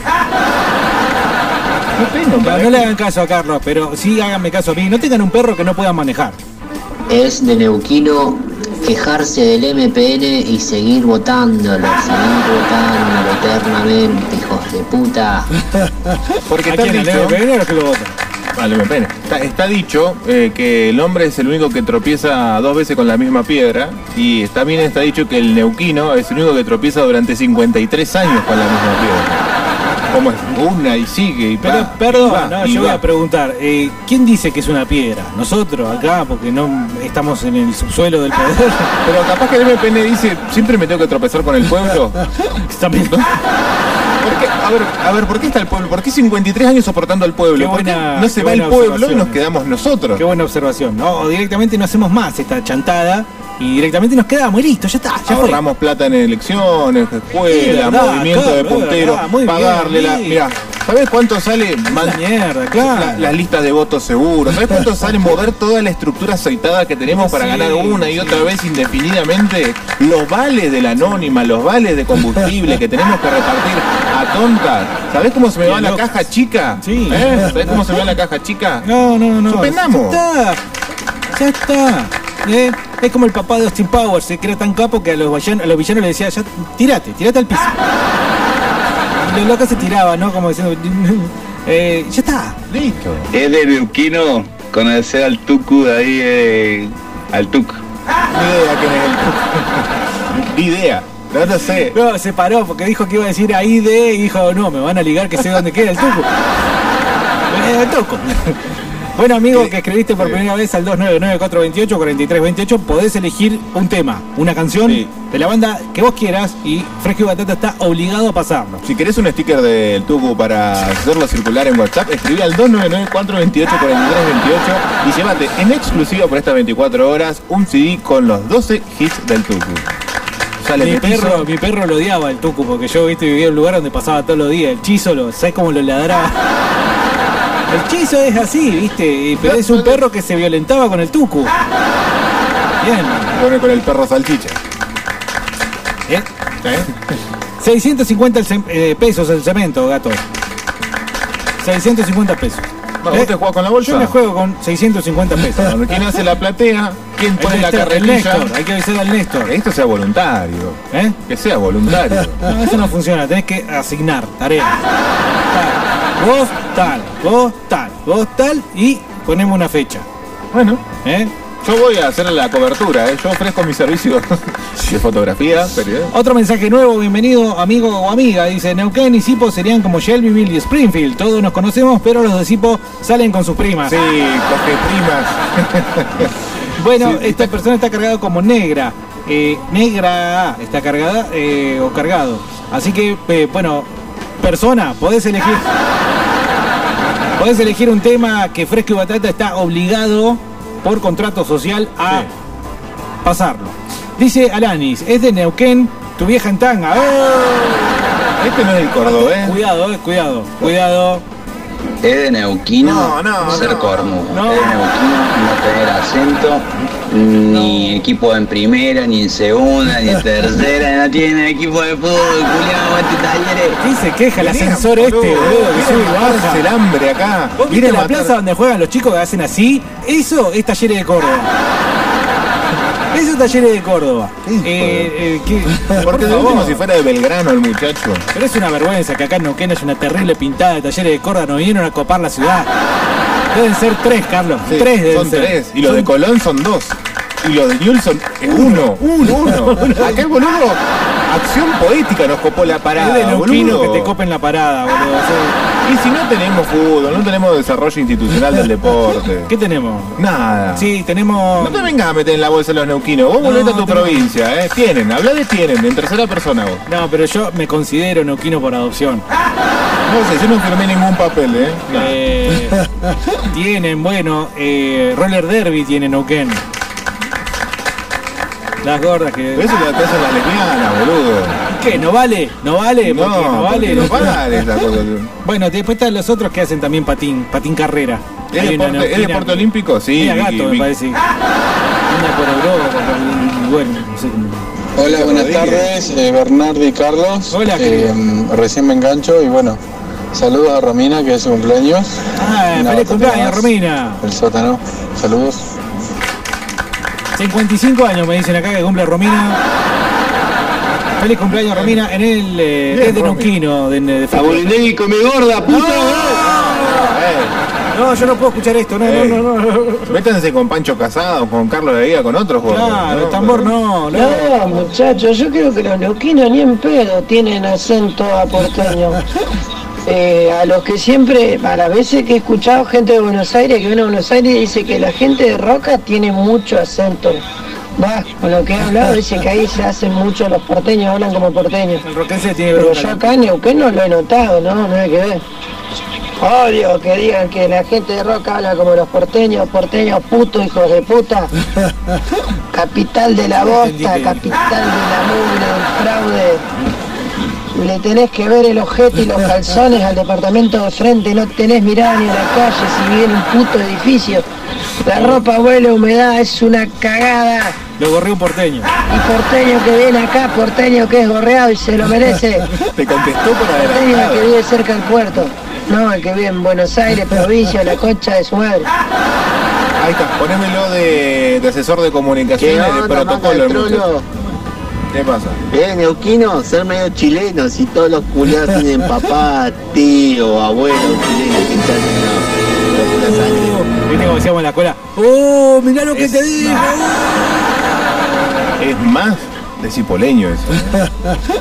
Ah, no, no le hagan caso a Carlos, pero sí háganme caso a mí. No tengan un perro que no puedan manejar. Es de Neuquino quejarse del MPN y seguir votándolo, seguir votándolo eternamente, hijos de puta. Porque ¿A está quién, al dicho, MPN Al MPN. Está, está dicho eh, que el hombre es el único que tropieza dos veces con la misma piedra y está bien está dicho que el neuquino es el único que tropieza durante 53 años con la misma piedra. Como es una y sigue y Pero, va, perdón, y va, no, y yo voy va. a preguntar, eh, ¿quién dice que es una piedra? ¿Nosotros acá? Porque no estamos en el subsuelo del poder. Pero capaz que el MPN dice, siempre me tengo que tropezar con el pueblo. También. ¿No? ¿Por qué? A ver, a ver, ¿por qué está el pueblo? ¿Por qué 53 años soportando al pueblo? Qué ¿Por qué buena- no se qué va el buena pueblo y observación. nos quedamos nosotros? Qué buena observación, ¿no? O directamente no hacemos más esta chantada y directamente nos quedamos y listo, ya está, ya fue. Ahorramos plata en elecciones, Es escuelas, verdad, movimiento claro, de es verdad, punteros, muy bien, pagarle la. sí. Mira, ¿sabes cuánto sale man- la- las listas de votos seguros? ¿Sabes cuánto sale mover toda la estructura aceitada que tenemos para Sí, ganar una y sí. otra vez indefinidamente? Los vales de la anónima, los vales de combustible que tenemos que repartir a tontas. ¿Sabes cómo se me va la caja chica? Sí. ¿Sabes cómo se me va la caja chica? No, no, no. Suspendamos. Ya está. Ya está. Eh, es como el papá de Austin Powers, eh, que era tan capo que a los, vallan- a los villanos les decía, ya, tirate, tirate al piso. Y los locos se tiraban, ¿no? Como diciendo, eh, ya está. Listo. Es de Neuquino conocer al Tucu de ahí, eh, al Tuc. idea quién es el- Ni idea. No lo sé. No, se paró porque dijo que iba a decir ahí de y dijo, no, me van a ligar que sé dónde queda el tuco. Eh, el tuco. Bueno, amigo, que escribiste por primera vez al 299-428-4328, podés elegir un tema, una canción de la banda que vos quieras y Fresco y Batata está obligado a pasarlo. Si querés un sticker del tubo para hacerlo circular en WhatsApp, escribí al 299-428-4328 y llévate en exclusiva por estas 24 horas un CD con los 12 hits del tubo. Sale Mi petizo. perro, mi perro lo odiaba el tuco porque yo viste vivía en un lugar donde pasaba todos los días, el chizo, lo, ¿sabes cómo lo ladraba? El chizo es así, viste, y- pero es un perro que se violentaba con el tuco. Bien. Bueno, con el perro salchicha. ¿Eh? 650 el cem- eh, pesos el cemento, gato. 650 pesos. Bueno, vos te jugás con la bolsa. Yo me juego con 650 pesos. este, ¿Quién hace la platea? ¿Quién El pone la Néstor, el carretilla? Néstor, hay que avisar al Néstor. Esto sea voluntario. ¿Eh? Que sea voluntario. No, eso no funciona, tenés que asignar tareas. Tal, vos tal, vos tal, vos tal y ponemos una fecha. ¿eh? Bueno. Yo voy a hacer la cobertura, ¿eh? yo ofrezco mis servicios de fotografía, ¿eh? periodismo. Otro mensaje nuevo, bienvenido amigo o amiga, dice Neuquén y Sipo serían como Shelbyville y Springfield, todos nos conocemos, pero los de Sipo salen con sus primas. Sí, coge primas. Bueno, esta persona está cargada como negra. eh, negra A está cargada eh, o cargado. Así que, eh, bueno, persona, podés elegir. Podés elegir un tema que Fresco y Batata está obligado por contrato social a pasarlo. Dice Alanis, es de Neuquén, tu vieja en tanga. ¡Oh! Este no es el cordobés. Cuidado, eh, cuidado, cuidado. Es de Neuquino ser cornudo. Es de Neuquino no tener acento, ni equipo en primera, ni en segunda, ni en tercera, no tiene equipo de fútbol, culiao, este taller ¿Qué se queja el Mirá, ascensor este, boludo, boludo? Que viene sube a y baja. matarse el hambre acá. ¿Vos Viene viste a la matar- plaza donde juegan los chicos que hacen así? Eso es Talleres de Córdoba. Eso es Talleres de Córdoba. Eh, eh, ¿qué? Porque Por de último, favor. si fuera de Belgrano el muchacho. Pero es una vergüenza que acá en Neuquén haya una terrible pintada de Talleres de Córdoba. Nos vinieron a copar la ciudad. Deben ser tres, Carlos. Sí, tres deben son ser. tres. Y los de Son- Colón son dos. Y los de Newellson es uno. Uno. Acá el boludo, acción poética nos copó la parada. Es de Neuquino boludo. que te copen la parada, boludo. Sí. Y si no tenemos fútbol, no tenemos desarrollo institucional del deporte. ¿Qué tenemos? Nada. Sí, tenemos. No te vengas a meter en la bolsa de los neuquinos. Vos volvete a tu provincia, ¿eh? Tienen, habla de tienen, en tercera persona vos. No, pero yo me considero neuquino por adopción. No sé, yo no firmé ningún papel, ¿eh? Eh, tienen, bueno, eh, Roller Derby tiene Neuquén. Las gordas que. Pero eso lo que hacen las lesbianas, boludo. ¿Qué? ¿No vale? ¿No vale? ¿Por qué? No, porque no vale esa cosa. Bueno, después están los otros que hacen también patín, patín carrera. ¿Es Hay una deporte- es neuquina- deporte olímpico? Sí, Mira, Vicky, gato, me Vicky. parece. Anda por Europa, por- bueno, no sé cómo. Hola, buenas tardes, eh, Bernardo y Carlos. Hola, Recién me engancho y bueno, saludos a Romina que es su cumpleaños. Ah, Una feliz batata cumpleaños, más. Romina. El sótano, saludos. 55 años me dicen acá que cumple Romina. Feliz cumpleaños, Romina, en el eh, Bien, es de Romy. Neuquino, de, de Abuelindegui, come gorda, puta. Ah. No, yo no puedo escuchar esto, no, no, no, no. Eh, Métanse con Pancho Casado, con Carlos de Vega, con otros gordos. Claro, ¿no? el tambor no, no. No, muchachos, yo creo que los neuquinos ni en pedo tienen acento a porteño. Eh, a los que siempre, a las veces que he escuchado gente de Buenos Aires, que viene a Buenos Aires y dice que la gente de Roca tiene mucho acento. Va, con lo que he hablado, dice que ahí se hacen mucho los porteños, hablan como porteños. El roquense tiene Pero bronca, yo ¿no? acá en Neuquén no lo he notado, ¿no? Nada que ver. Odio que digan que la gente de Roca habla como los porteños, porteños putos, hijos de puta. Capital de la bosta, capital de la mugre, del fraude. Le tenés que ver el ojete y los calzones al departamento de frente, no tenés mirada ni a la calle si viene un puto edificio. La ropa huele a humedad, es una cagada. Lo gorrió un porteño. Y porteño que viene acá, porteño que es gorreado y se lo merece. Te contestó por Porteño el adelantado. que vive cerca del puerto. No, el que vive en Buenos Aires, provincia, la concha de su madre. Ahí está, ponémelo de, de asesor de comunicaciones, ¿Qué de onda, manga protocolo. de el muchacho. trolo? ¿Qué pasa? Eh, neuquino, ser medio chilenos y todos los culiados tienen papá, tío, abuelo, chileno, que están en la- en la sangre. Uh, Viste como decíamos en la escuela. ¡Oh, mirá lo que te digo! eh. Es más de cipoleño eso. ¿eh?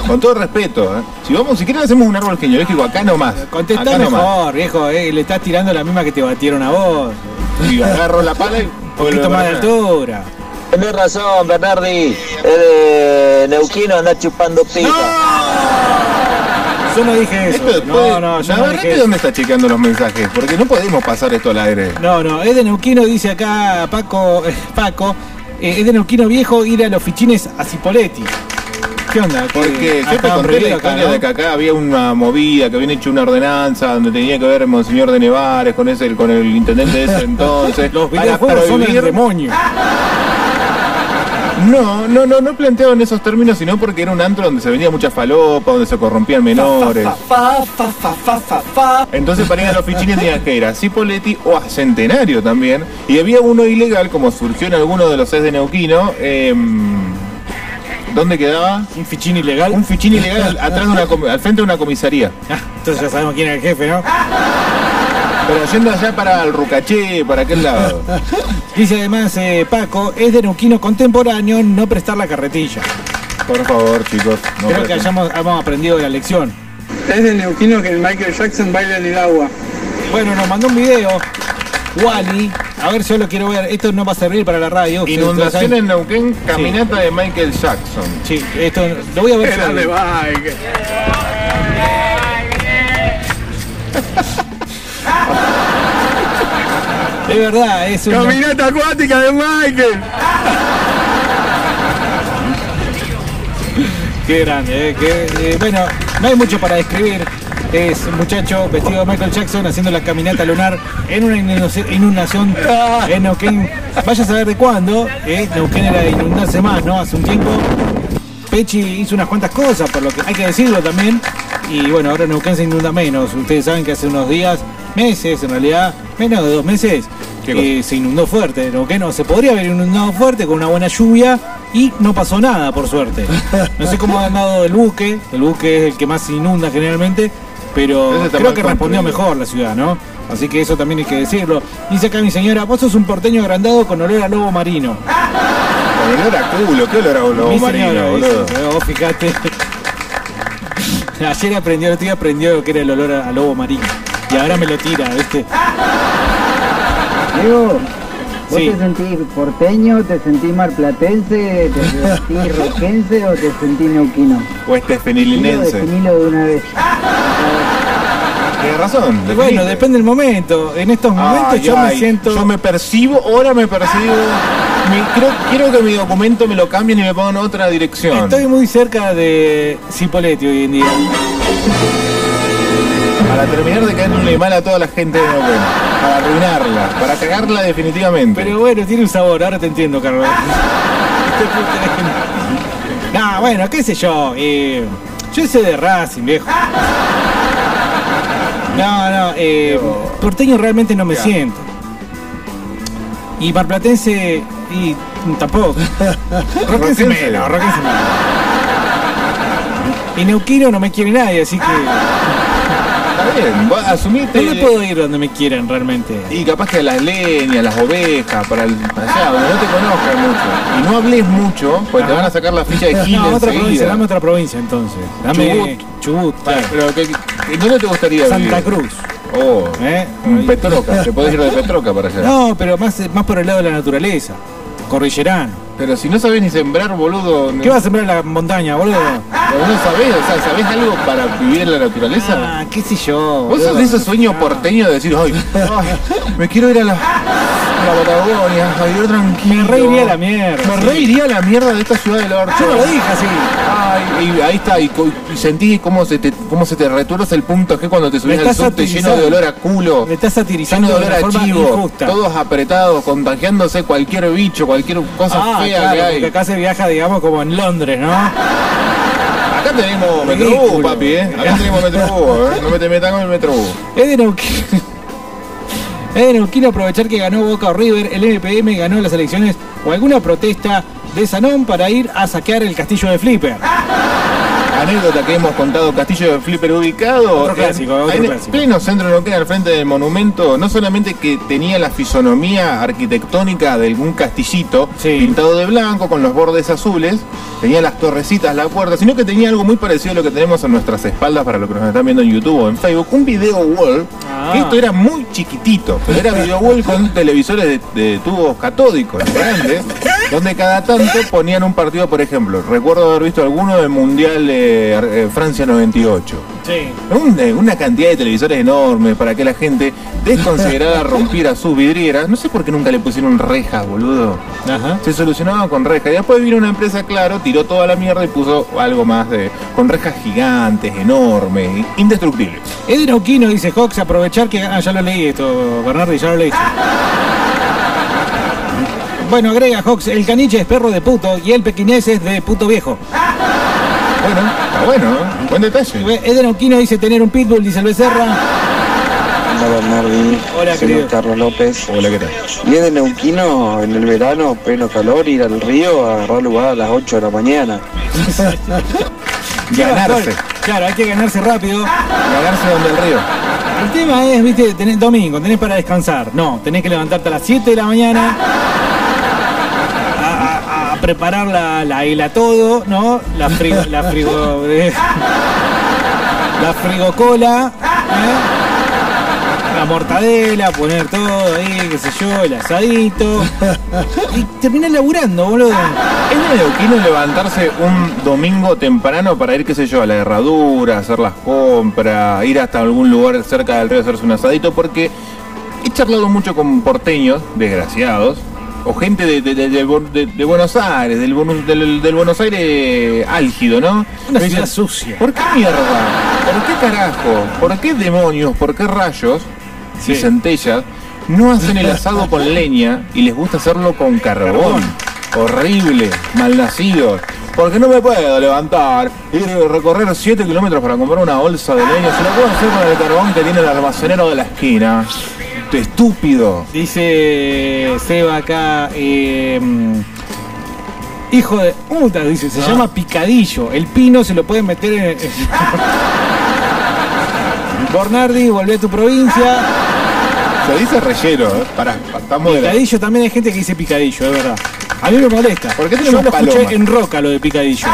Con todo respeto, ¿eh? si vamos, si quieren hacemos un árbol genealógico acá nomás. Contestá acá nomás. mejor, viejo, eh, le estás tirando la misma que te batieron a vos. Y agarro la pala y. Poquito más de altura. Tenés razón, Bernardi. El neuquino anda chupando pita. Yo no dije Esto eso. después, No, no, yo no dije Navarrete, eso. ¿dónde está chequeando los mensajes? Porque no podemos pasar esto al aire. No, no, es de Neuquino, dice acá Paco, eh, Paco, eh, es de Neuquino viejo ir a los fichines a Cipoletti. ¿Qué onda? Porque Ah, yo te estaban conté la prohibido acá, historia ¿no? de que acá había una movida, que habían hecho una ordenanza donde tenía que ver Monseñor de Nevares con ese, con el intendente de ese entonces. Los para videojuegos son el prohibir- demonio. No, no, no, no planteo en esos términos, sino porque era un antro donde se vendía mucha falopa, donde se corrompían menores. Entonces para ir a los fichines tenías que ir a Cipoletti o a Centenario también. Y había uno ilegal, como surgió en alguno de los sets de Neuquino, em, ¿dónde quedaba? Un fichín ilegal. Ah, Un fichín ilegal al- atrás de una com- al frente de una comisaría. Entonces ya sabemos quién es el jefe, ¿no? Pero yendo allá para el Rucaché, para aquel lado. Dice además eh, Paco, es de Neuquino contemporáneo no prestar la carretilla. Por favor, chicos. no Creo que presten. hayamos, hemos aprendido la lección. Es de Neuquino que el Michael Jackson baila en el agua. Bueno, nos mandó un video. Wally, a ver, yo lo quiero ver. Esto no va a servir para la radio. ustedes Inundación saben. en Neuquén, caminata de Michael Jackson. Sí, esto lo voy a ver. yo. Es verdad, es una- Caminata acuática de Michael. Qué grande, eh, que, eh, bueno, no hay mucho para describir. Es un muchacho vestido de Michael Jackson haciendo la caminata lunar en una inundación- inundación en Neuquén. Vaya a saber de cuándo. Eh, Neuquén era de inundarse más, ¿no? Hace un tiempo. Pechi hizo unas cuantas cosas, por lo que hay que decirlo también. Y bueno, ahora Neuquén se inunda menos. Ustedes saben que hace unos días, meses en realidad, menos de dos meses, eh, se inundó fuerte. Neuquén no, se podría haber inundado fuerte con una buena lluvia y no pasó nada, por suerte. No sé cómo ha andado el buque, el buque es el que más se inunda generalmente, pero Ese está creo mal que respondió construido. mejor la ciudad, ¿no? Así que eso también hay que decirlo. Dice acá mi señora, vos sos un porteño agrandado con olor a lobo marino. Con olor a culo, qué olor a lobo Mi marino, señora, boludo. dice, vos fijate. Ayer aprendió, el tío aprendió lo que era el olor a, a lobo marino. Y ahora me lo tira, ¿viste? Diego, ¿vos Sí. te sentís porteño, te sentís marplatense, te sentís roquense o te sentís neuquino? O este Definilo, fenilinense. definilo de una vez. Tienes razón. Y definite. bueno, depende del momento. En estos momentos Ay, yo me ay, siento. Yo me percibo, ahora me percibo. Me- creo, quiero que mi documento me lo cambien y me pongan otra dirección. Estoy muy cerca de Cipoletti hoy en día. Para terminar de caerle mal a toda la gente de Neuquén. Para arruinarla. Para cagarla definitivamente. Pero bueno, tiene un sabor, ahora te entiendo, Carlos. nah, bueno, qué sé yo. eh, yo sé de Racing, viejo. No, no, eh, porteño realmente no me siento. Y marplatense, y tampoco. Roquense menos, roquense menos. Y neuquino no me quiere nadie, así que... Está bien, vos asumiste... No le puedo ir donde me quieran realmente. Y capaz que las leñas, las ovejas, para el- para allá, donde no te conozcan mucho. Y no hables mucho, porque te van a sacar la ficha de Gil No, otra enseguida. provincia, dame otra provincia entonces. Dame Chubut. Pará, pero ¿qué- qué- ¿Dónde te gustaría Santa vivir? Cruz. ¿Eh? Oh, mm, Petroca. Te podés ir de Petroca para allá. No, pero más, más por el lado de la naturaleza. Cordillerano. Pero si no sabés ni sembrar, boludo. ¿Qué vas a sembrar en la montaña, boludo? Pero no sabés, o sea, ¿sabés algo para vivir en la naturaleza? Ah, qué sé yo. Vos sos de esos sueños porteños de decir, ay, ay, me quiero ir a la, a la Patagonia, a vivir tranquilo. Me reiría a la mierda. Me sí. reiría a la mierda de esta ciudad del orto. Yo no lo dije así. Ay, y ahí está, y, co- y sentí cómo se, te, cómo se te retuerce el punto G cuando te Me subís al estás subte lleno satirizando. de olor a culo. Me estás satirizando Lleno de de olor una a forma chivo, injusta. todos apretados, contagiándose cualquier bicho, cualquier cosa ah, fea claro, que hay. porque acá se viaja, digamos, como en Londres, ¿no? Acá tenemos Ridículo. Metrobús, papi, ¿eh? Acá tenemos Metrobús, ¿eh? No me te metas con el Metrobús. Es de Neuquén. Es de Neuquén aprovechar que ganó Boca o River, el MPM ganó las elecciones o alguna protesta de Sanón para ir a saquear el castillo de Flipper. Anécdota que hemos contado, Castillo de Flipper ubicado Otro clásico, en, otro en el clásico. pleno centro de Neuquén, al frente del monumento, no solamente que tenía la fisonomía arquitectónica de algún castillito pintado de blanco con los bordes azules, tenía las torrecitas, la puerta, sino que tenía algo muy parecido a lo que tenemos a nuestras espaldas para los que nos están viendo en YouTube o en Facebook, un video wall, que esto era muy chiquitito, pero era video wall con televisores de, de tubos catódicos grandes, donde cada tanto ponían un partido, por ejemplo, recuerdo haber visto alguno del Mundial eh, Ar- eh, Francia 98. Sí. Un- eh, Una, cantidad de televisores enormes para que la gente desconsiderada rompiera sus vidrieras. No sé por qué nunca le pusieron rejas, boludo. Se solucionaban con rejas. Y después vino una empresa, claro, tiró toda la mierda y puso algo más de. con rejas gigantes, enormes, indestructibles. Es de Neuquino, dice Cox, aprovechar que... Ah, ya lo leí esto, Bernardi, ya lo leí. Bueno, agrega Hox, el caniche es perro de puto y el pequinés es de puto viejo. Bueno, está bueno, ¿eh? buen detalle. Es de Neuquino, dice tener un pitbull, dice el Becerra. Hola Bernardi, Hola, soy querido. Carlos López. Hola, ¿qué tal? Y es de Neuquino, en el verano, pleno calor, ir al río, a agarrar lugar a las 8 de la mañana. Ganarse. Claro, hay que ganarse rápido. Ganarse donde el río. El tema es, viste, tenés domingo, tenés para descansar. No, tenés que levantarte a las 7 de la mañana. A, a- a preparar la, la hela todo, ¿no? La frigo, la frigo. eh, la frigocola. ¿eh? La mortadela, poner todo ahí, qué sé yo, el asadito. Y terminás laburando, boludo. ¿Es de neuquino levantarse un domingo temprano para ir, qué sé yo, a la herradura, hacer las compras, ir hasta algún lugar cerca del río a hacerse un asadito? Porque he charlado mucho con porteños, desgraciados, o gente de, de- de- de Bu- de- de Buenos Aires, del, Bonu- del- del Buenos Aires álgido, ¿no? Una Me ciudad dicen, sucia. ¿Por qué mierda? ¿Por qué carajo? ¿Por qué demonios? ¿Por qué rayos? Y Sí. centellas. No hacen el asado con leña y les gusta hacerlo con carbón. Horrible, malnacidos. Porque no me puedo levantar, ir a recorrer 7 kilómetros para comprar una bolsa de leña. Se lo puedo hacer con el carbón que tiene el almacenero de la esquina. Estúpido. Dice Seba acá, eh, hijo de puta, dice, se llama picadillo. El pino se lo pueden meter en. en- Bornardi, volvé a tu provincia. Se dice rellero, ¿eh? Pará, estamos de la... Picadillo también hay gente que dice picadillo, es verdad. A mí me molesta. ¿Por qué Yo tenemos lo paloma? escuché en roca lo de picadillo.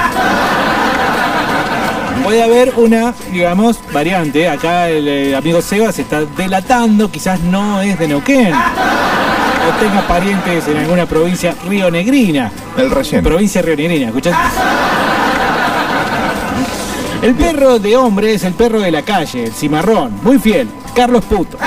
Puede haber una, digamos, variante. Acá el, eh, amigo Seba se está delatando, quizás no es de Neuquén. O tenga parientes en alguna provincia rionegrina. El relleno. Provincia rionegrina, ¿escuchaste? El perro de hombre es el perro de la calle, el cimarrón, muy fiel, Carlos Puto.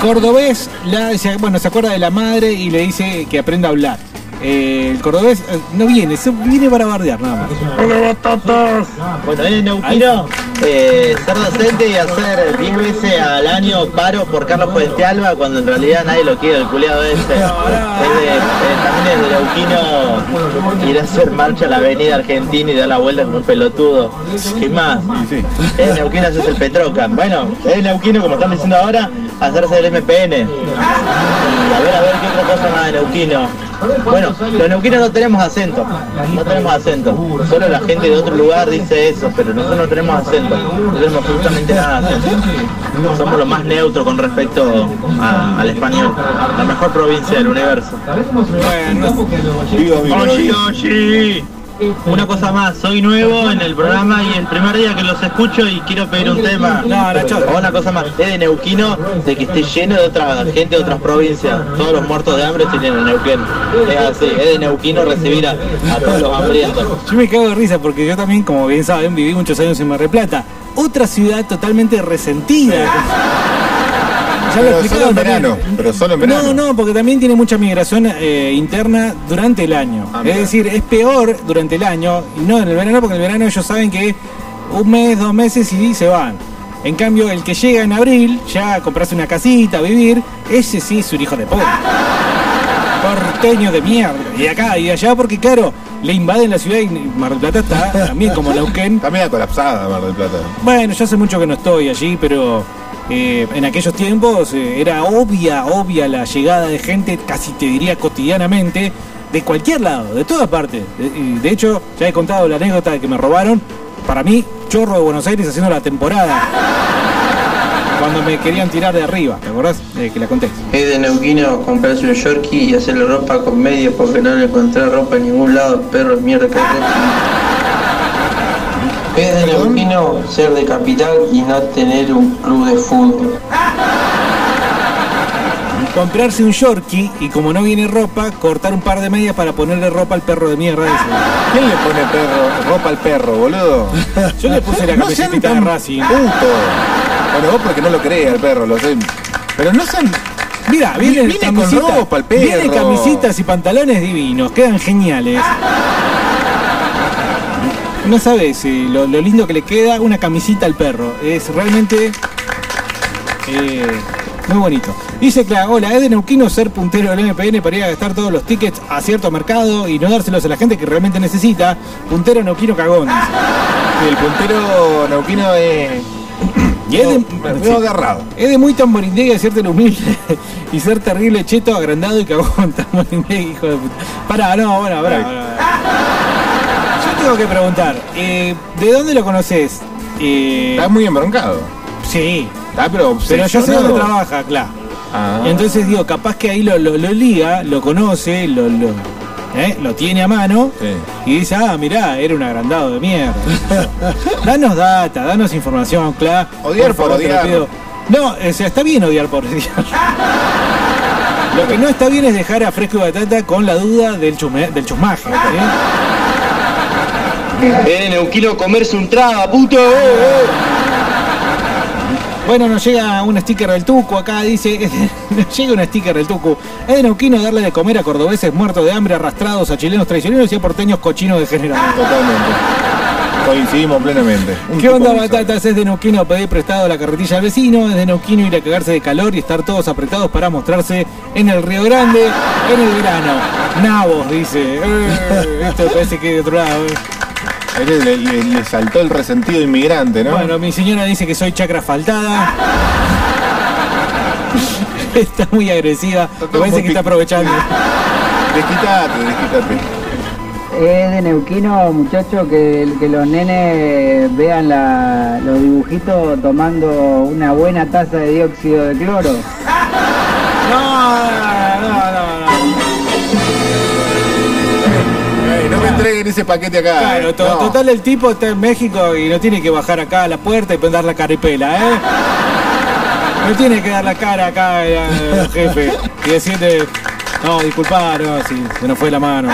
cordobés, la- se- bueno, se acuerda de la madre y le dice que aprenda a hablar. Eh, el cordobés eh, no viene, se- viene para bardear nada más. Hola, batatas. Bueno, en Neuquino, eh, ser docente y hacer 10 veces al año paro por Carlos Puente Alba cuando en realidad nadie lo quiere, el culiado este. Es de- eh, también es de Neuquino ir a hacer marcha a la avenida Argentina y dar la vuelta como un pelotudo. ¿Qué más? En Neuquino haces el Petrocan. Bueno, en Neuquino, como están diciendo ahora, hacerse el MPN. A ver, a ver, ¿qué otra cosa más de Neuquino? Bueno, los neuquinos no tenemos acento, no tenemos acento. Solo la gente de otro lugar dice eso, pero nosotros no tenemos acento, no tenemos absolutamente nada de acento. Somos lo más neutro con respecto a- al español, la mejor provincia del universo. Oye, oye. Una cosa más, soy nuevo en el programa y el primer día que los escucho y quiero pedir un tema. O Una cosa más, es de Neuquino, de que esté lleno de otra gente de otras provincias. Todos los muertos de hambre tienen en Neuquén. Es así, es de Neuquino recibir a, a todos los hambrientos. Yo me cago de risa porque yo también, como bien saben, viví muchos años en Mar del Plata. Otra ciudad totalmente resentida. Ya lo Pero solo en explicaron también. verano, pero solo en verano. No, no, porque también tiene mucha migración eh, interna durante el año. Ah, es decir, es peor durante el año, y no en el verano, porque en el verano ellos saben que un mes, dos meses y se van. En cambio, el que llega en abril, ya a comprarse una casita, a vivir, ese sí es un hijo de pobre. Porteño de mierda. Y acá y allá, porque claro, le invaden la ciudad y Mar del Plata está también como Neuquén. También colapsada Mar del Plata. Bueno, yo hace mucho que no estoy allí, pero eh, en aquellos tiempos eh, era obvia, obvia la llegada de gente, casi te diría cotidianamente, de cualquier lado, de todas partes. De, y de hecho, ya he contado la anécdota de que me robaron. Para mí, chorro de Buenos Aires haciendo la temporada. Cuando me querían tirar de arriba, ¿te acordás? Eh, que la conté. Es de Neuquino comprarse un Yorkie y hacerle ropa con medias porque no le encontré ropa en ningún lado, perro de mierda que tenés. Es de Neuquino ser de capital y no tener un club de fútbol. Comprarse un yorkie y como no viene ropa, cortar un par de medias para ponerle ropa al perro de mierda ese. ¿Quién le pone perro, ropa al perro, boludo? Yo le puse la No camiseta sean tan de Racing. putos. Bueno, vos porque no lo crees al perro, lo sé. Pero no sean... Mira, vienen Viene con camisita- ropa el perro. vienen camisitas y pantalones divinos, quedan geniales. No sabes eh, lo, lo lindo que le queda una camisita al perro. Es realmente eh, muy bonito. Dice Cla, hola, es de Neuquino ser puntero del MPN para ir a gastar todos los tickets a cierto mercado y no dárselos a la gente que realmente necesita. Puntero Neuquino cagón. dice. El puntero neuquino es... Y es de, me veo agarrado. Es de muy tamborindega hacerte el humilde y ser terrible, cheto, agrandado y cagón. Tamborindega, hijo de puta. Pará, no, bueno, pará. pará. Yo tengo que preguntar, eh, ¿de dónde lo conoces? Está muy embroncado. Sí. Está pero Pero yo sé obsesionado. dónde trabaja, claro. Ah. Entonces digo, capaz que ahí lo, lo, lo liga, lo conoce, lo, lo, ¿eh? lo tiene a mano y dice, ah, mirá, era un agrandado de mierda. danos data, danos información, Cla. Odiar por te lo odiar. pido. No, o sea, está bien odiar por odiar. Lo que no está bien es dejar a Fresco y Batata con la duda del, chume- del chusmaje. ¿eh? Es de Neuquino comerse un traba, puto. Bueno, nos llega un sticker del Tucu acá, dice, nos llega un sticker del Tucu. Es de Neuquino darle de comer a cordobeses muertos de hambre, arrastrados a chilenos traicioneros y a porteños cochinos degenerados. Totalmente. Coincidimos plenamente. Ah, Un ¿Qué tipo onda de- batatas? Es de Neuquino a pedir prestado la carretilla al vecino, es de Neuquino ir a cagarse de calor y estar todos apretados para mostrarse en el Río Grande en el verano. Nabos, dice. Eh, esto parece que es de otro lado. eh. Le, le- le- le saltó el resentido inmigrante, ¿no? Bueno, mi señora dice que soy chacra faltada. está muy agresiva. Me parece que está aprovechando. Desquitate, desquitate. Es de Neuquino, muchachos, que, que los nenes vean la- los dibujitos tomando una buena taza de dióxido de cloro. Ey, no me entreguen ese paquete acá. eh. Claro, to- No. total el tipo está en México y no tiene que bajar acá a la puerta y prender la caripela, ¿eh? No tiene que dar la cara acá eh, al jefe y decirte, no, disculpa, no, sí, se nos fue la mano.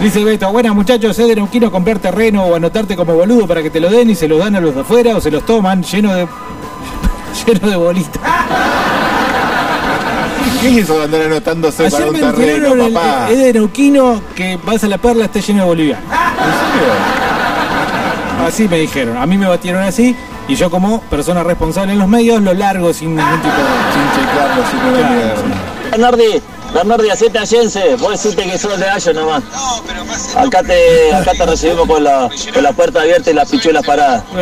Dice Beto, buenas muchachos, es de Neuquino comprar terreno o anotarte como boludo para que te lo den y se los dan a los de afuera o se los toman lleno de lleno de bolitas. ¿Qué es eso de andar anotándose Ayer para un me Eh, enteraron terreno, el- papá? es de Neuquino que vas a la perla, está lleno de bolivianos. Así me dijeron. A mí me batieron así y yo como persona responsable en los medios lo largo sin ningún tipo de... Sin checarlo, sin Bernardi, Bernardi, hacete allense, vos deciste que sos de Gallo nomás. No, pero Acá te, acá te recibimos con la, con la puerta abierta y las pichuelas paradas.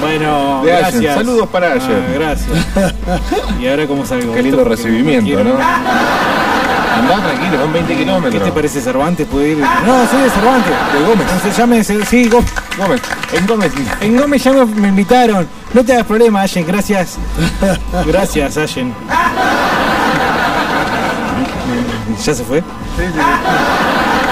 Bueno. Bueno, De Allen. gracias. Saludos para Allen. Ah, gracias. Y ahora cómo salgo. Qué lindo Esto porque recibimiento, quiero- ¿no? Andá tranquilo, son 20 ¿Qué te kilómetros. parece Cervantes? ¿Puede ir? No, soy de Cervantes. De Gómez. Entonces llame, ese- sí, Gómez. Gómez. En Gómez. En Gómez ya me, me invitaron. No te hagas problema, Allen. Gracias. Gracias, Allen. ¿Ya se fue?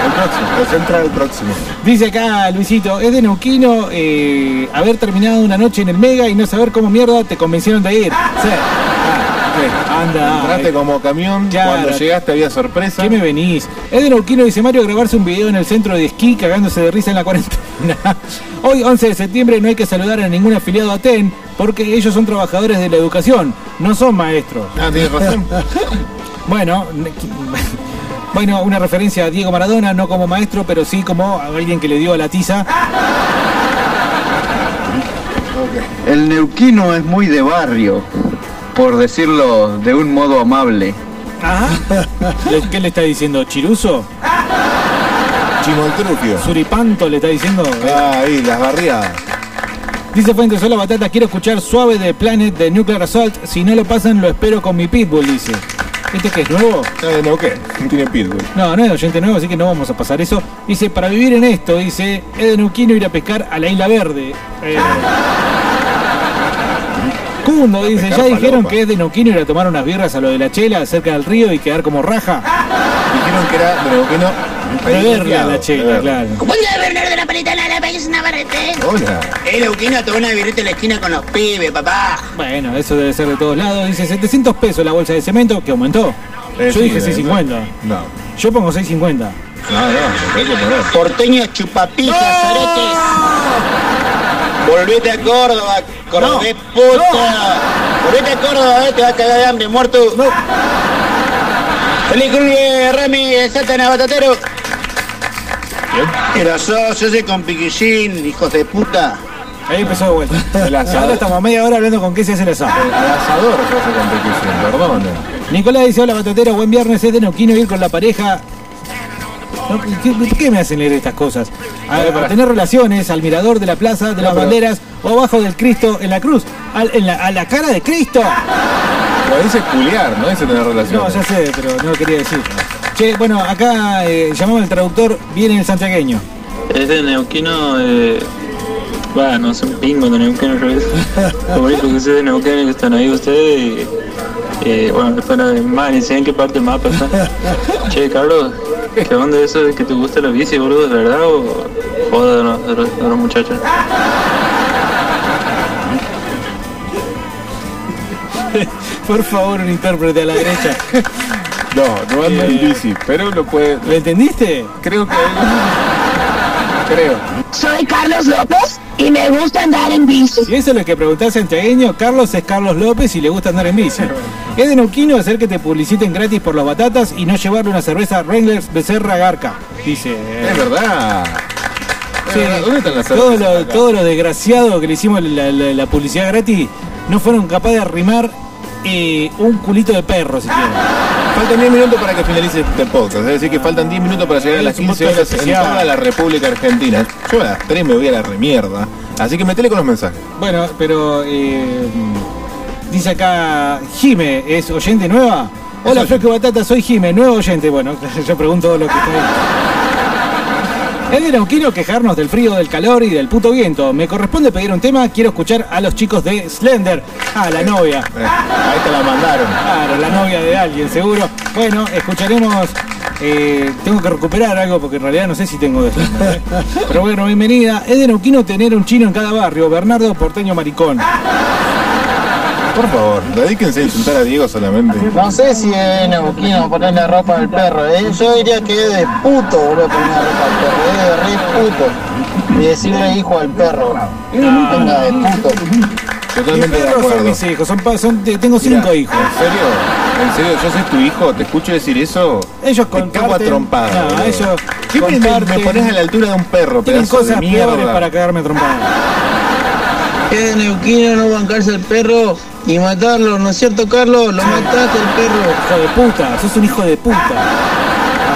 El próximo, concentra el próximo. Dice acá Luisito, es de Neuquino eh, haber terminado una noche en el Mega y no saber cómo mierda te convencieron de ir. O sea, ah, anda. Entraste como camión, cuando llegaste había sorpresa. ¿Qué me venís? Es de Neuquino, dice Mario, grabarse un video en el centro de esquí cagándose de risa en la cuarentena. Hoy, 11 de septiembre, no hay que saludar a ningún afiliado a TEN porque ellos son trabajadores de la educación, no son maestros. Ah, tienes razón. bueno, ne- bueno, una referencia a Diego Maradona, no como maestro, pero sí como a alguien que le dio a la tiza. El neuquino es muy de barrio, por decirlo de un modo amable. Ajá. ¿Le- ¿Qué le está diciendo? ¿Chiruso? Chimoltrufio. ¿Suripanto le está diciendo? eh. Ah, Ahí, las barriadas. Dice Fuentes, la Batata, quiero escuchar Suave de Planet de Nuclear Assault. Si no lo pasan, lo espero con mi pitbull, dice. ¿Este qué es nuevo? Eh, no, ¿qué? Tiene pitbull. No, no es oyente nuevo, así que no vamos a pasar eso. Dice, para vivir en esto, dice, es de Neuquino ir a pescar a la Isla Verde. Eh. Cundo dice, pescar ¿ya dijeron palomas. que es de Neuquino ir a tomar unas birras a lo de la chela cerca del río y quedar como raja? Dijeron que era de Neuquino. Beberla la chela, claro. Hola, Bernardo la Paritana, la País Navarrete. Hola. Eh, Luquino, te van a virarte la esquina con los pibes, papá. Bueno, eso debe ser de todos lados. Dice 700 pesos la bolsa de cemento, que aumentó. Eh, Yo sí, dije eh, 650. No. Yo pongo 650. No, no, hay que poner. Porteños chupapitas, aretes. Volvete a Córdoba, cordobés puta. Volvete a Córdoba, eh, te vas a cagar de hambre, muerto. No. Feliz Cruz de Remy, de Satana Batatero. Pero sos ese con piquillín, hijos de puta. Ahí empezó de vuelta. El Ahora estamos a media hora hablando con qué se hace el asado. El asador se hace con petición, perdón. Nicolás dice, hola batatero, buen viernes, es de Neuquino ir con la pareja. No, ¿Qué, qué me hacen leer estas cosas? A, Dale, a pará. tener relaciones al mirador de la plaza, de las pero- banderas o abajo del Cristo en la cruz. Al- en la- a la cara de Cristo. Lo dice culiar, no dice tener relación. No, ya sé, pero no lo quería decir. Che, bueno, acá eh, llamamos al traductor, viene el santiagueño. Es de Neuquino, Este eh... Bah, no son pingos de Neuquino, yo creo. Lo único que sé de Neuquino es que están ahí ustedes y... eh, bueno, que están en mar, y sé en qué parte del mapa están. Che, Carlos, ¿qué onda eso de que te gusta la bici, boludo? ¿De verdad o joda de los, de los- de los muchachos? Por favor, un intérprete a la derecha. No, no anda en Eh, bici, pero lo puede. ¿Lo entendiste? Creo que. Creo. Soy Carlos López y me gusta andar en bici. Si eso es lo que preguntás santiagueño, Carlos es Carlos López y le gusta andar en bici. Es de Neuquino hacer que te publiciten gratis por las batatas y no llevarle una cerveza Wranglers Becerra Garca. Dice. eh, Es verdad. Es sí, verdad. Eh, ¿Dónde están las todos cervezas los, acá? todos los desgraciados que le hicimos la, la- la publicidad gratis no fueron capaces de arrimar eh, un culito de perro, si quieren. Faltan 10 minutos para que finalice este podcast. Es decir, que faltan 10 minutos para llegar a las Es un 15 podcast horas en especial. toda la República Argentina. Yo a las 3 me voy a la remierda. Así que metele con los mensajes. Bueno, pero eh, dice acá Jime, ¿es oyente nueva? Hola, Fresco y Batata, soy Jime, nuevo oyente. Bueno, yo pregunto lo que está ahí. Es de Neuquino quejarnos del frío, del calor y del puto viento. Me corresponde pedir un tema, quiero escuchar a los chicos de Slender. Ah, la novia. Ahí te la mandaron. Claro, la novia de alguien, seguro. Bueno, escucharemos. eh, tengo que recuperar algo porque en realidad no sé si tengo de Slender, ¿eh? Pero bueno, bienvenida. Es de Neuquino tener un chino en cada barrio. Bernardo Porteño Maricón. Por favor, dedíquense a insultar a Diego solamente. No sé si es neuquino ponerle ropa al perro, ¿eh? yo diría que es de puto, boludo, ponerle ropa al perro, es de re puto. Y decirle hijo al perro, no tenga de puto. Totalmente Mis de perros acuerdo. son mis hijos, son, pa- son- te- tengo Mirá, cinco hijos. ¿En serio? ¿En serio? ¿Yo soy tu hijo? ¿Te escucho decir eso? Ellos Te comparten. cago a trompada. No, boludo. ellos ¿Qué me, me- me comparten. pones a la altura de un perro, Tienen pedazo cosas de mierda? peores para cagarme trompada. Es de Neuquino no bancarse al perro y matarlo, ¿no es cierto, Carlos? Lo mataste al perro. Hijo de puta, sos un hijo de puta.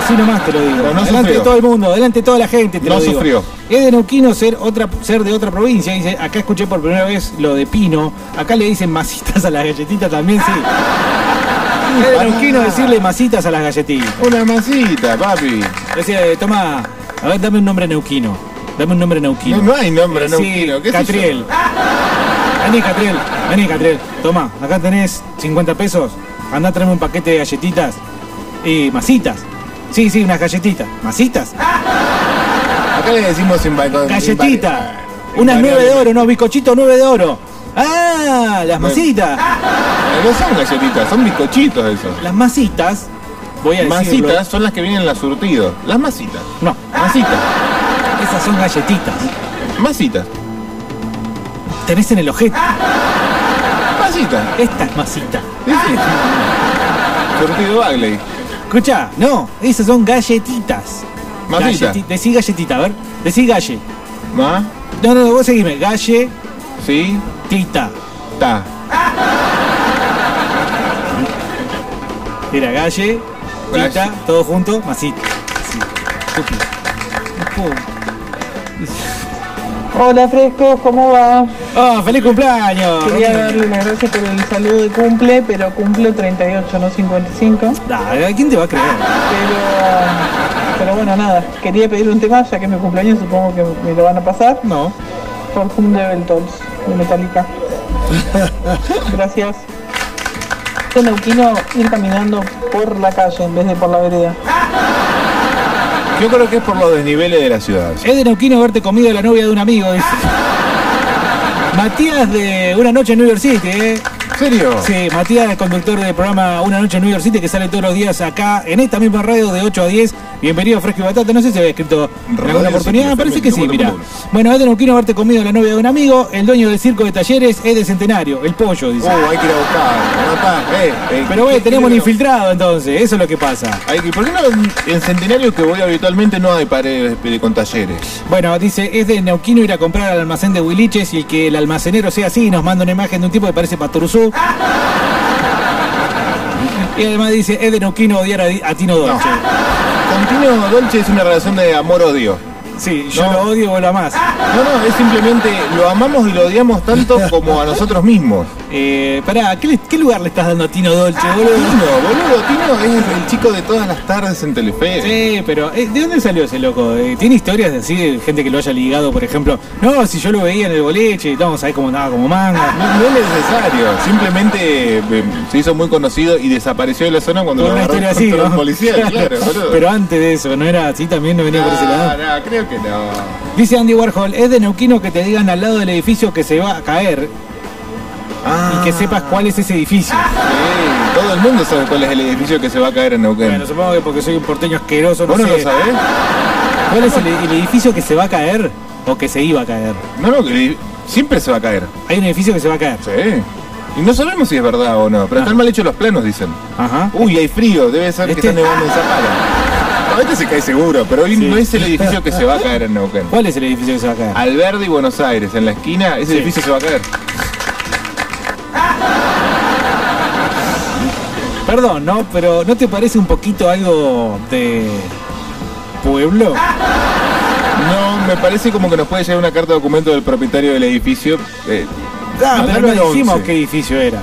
Así nomás te lo digo. Pero no delante sufrió. de todo el mundo, delante de toda la gente te No lo digo. sufrió. Es de Neuquino ser, otra, ser de otra provincia. Dice, acá escuché por primera vez lo de Pino. Acá le dicen masitas a las galletitas también, sí. Es Ah, de Neuquino decirle masitas a las galletitas. Una masita, papi. Dice, eh, toma, a ver, dame un nombre neuquino. Dame un nombre neuquino. No, no hay nombre Eh, neuquino, sí, ¿qué sé Catriel. Vení, Catriel. Vení, Catriel. Toma, acá tenés 50 pesos. Andá, tráeme un paquete de galletitas. Y masitas. Sí, sí, unas galletitas. ¿Masitas? Ah, Acá le decimos en balcón. Galletita. Unas 9 de oro, no, bizcochito 9 de oro. Ah, las Bueno. masitas. Eh, No son galletitas, son bizcochitos esos. Las masitas. Voy a decirlo. Masitas son las que vienen en la surtido. Las masitas. No. Masitas. Esas son galletitas. Masitas. Tenés en el ojete. Masitas. Esta es masita. Ah. Surtido Bagley. Escucha, no, esas son galletitas. Masita. Galleti- decí galletita, a ver. Decí galle. Ma. No, no, no, vos seguime. Galle, Sí. tita. Ta. Era galle, tita, todo junto, masita. Sí. Tupi. No puedo. Hola Fresco, ¿cómo va? ¡Oh, feliz cumpleaños! Quería Rogelio. darle las gracias por el saludo de cumple, pero cumplo 38, no 55. Nah, ¿Quién te va a creer? Pero, pero bueno, nada, quería pedir un tema, ya que es mi cumpleaños, supongo que me lo van a pasar. No. Por Hum Devil Tolls, de Metallica. Gracias. Yo neuquino ir caminando por la calle en vez de por la vereda. Yo creo que es por los desniveles de la ciudad. Es de Neuquino haberte comido la novia de un amigo. dice. Matías de Una Noche en New York City, ¿eh? ¿Serio? Sí, Matías, el conductor del programa Una Noche en New York City, que sale todos los días acá en esta misma radio de 8 a 10. Bienvenido a Fresco y Batata. No sé si había escrito en alguna Radio oportunidad, City, parece que sí, FM, mira. 91.1. Bueno, es de Neuquino haberte comido la novia de un amigo. El dueño del circo de talleres es de Centenario, el pollo, dice. Oh, hay que ir a buscar. No está, eh, eh, Pero ¿qué- bueno, tenemos un qué- infiltrado entonces, eso es lo que pasa. Hay que- ¿Por qué no en Centenario que voy habitualmente no hay paredes eh, con talleres? Bueno, dice, es de Neuquino ir a comprar al almacén de Huiliches y el que el almacenero sea así nos manda una imagen de un tipo que parece Patoruzú. Y además dice, es de Neuquino odiar a, Di- a Tino Dolce. Continuo Dolce es una relación de amor-odio. Sí, yo lo odio y vos lo amás. No, no, es simplemente lo amamos y lo odiamos tanto como a nosotros mismos. Eh, pará, ¿qué, le- qué lugar le estás dando a Tino Dolce, boludo? Tino, boludo, Tino es el chico de todas las tardes en Telefe. Sí, pero eh, ¿de dónde salió ese loco? Eh, ¿Tiene historias de así de gente que lo haya ligado, por ejemplo? No, si yo lo veía en el boleche, vamos a ver cómo andaba como manga. No, no es necesario, simplemente eh, se hizo muy conocido y desapareció de la zona cuando Con lo una agarró historia el así, control ¿no? policial, claro, boludo. Pero antes de eso, ¿no era así también? ¿No venía por ese lado? Ah, No, no, creo que no. Dice Andy Warhol, es de Neuquino que te digan al lado del edificio que se va a caer y que Ah. sepas cuál es ese edificio. Sí, todo el mundo sabe cuál es el edificio que se va a caer en Neuquén. Bueno, supongo que porque soy un porteño asqueroso, no ¿Vos no sé. lo sabés? ¿Cuál es el, el edificio que se va a caer o que se iba a caer? No, no, que siempre se va a caer. Hay un edificio que se va a caer. Sí. Y no sabemos si es verdad o no, pero están mal hechos los planos, dicen. Ajá. Uy, hay frío, debe ser Este- que está nevando en Zapala. A veces se cae seguro, pero hoy no es el edificio que se va a caer en Neuquén. ¿Cuál es el edificio que se va a caer? Ah, Alberdi y Buenos Aires, en la esquina, ese Sí. edificio se va a caer. Perdón, ¿no? Pero ¿no te parece un poquito algo de pueblo? Ah, No, me parece como que nos puede llegar una carta de documento del propietario del edificio. eh, Ah, mandalo pero al no dijimos 11. qué edificio era.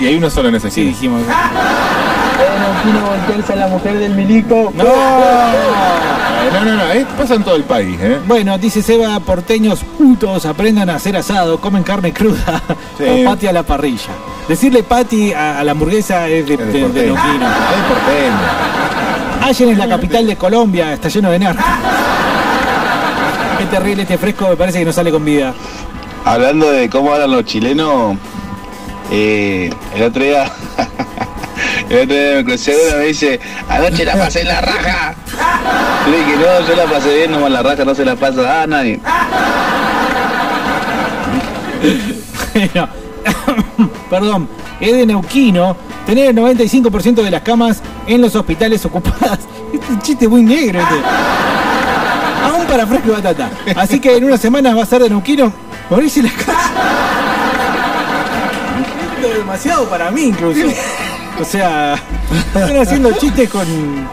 Y hay uno solo en esa esquina. Sí, dijimos. Es de neuquino voltearse Ah. a la mujer del milico. ¡No! Eh, No, no, no, eh, pasa en todo el país, ¿eh? Bueno, dice Seba, porteños putos, aprendan a hacer asado, comen carne cruda o Sí. pati a la parrilla. Decirle pati a, a la hamburguesa es de, de, de porteño. neuquino. Es porteño. Allen es la capital de Colombia, está lleno de narcos. Qué terrible este fresco, me parece que no sale con vida. Hablando de cómo hablan los chilenos, eh, el otro día, el otro día me crucé uno y me dice, anoche la pasé en la raja. Yo le dije, no, yo la pasé bien, nomás la raja no se la pasa a nadie. Bueno, perdón, es de Neuquino, tener el 95% de las camas en los hospitales ocupadas. Este es un chiste muy negro este. Aún para fresco y batata. Así que en unas semanas va a ser de Neuquino, morirse en la casa. Esto es demasiado para mí incluso. O sea, están haciendo chistes con.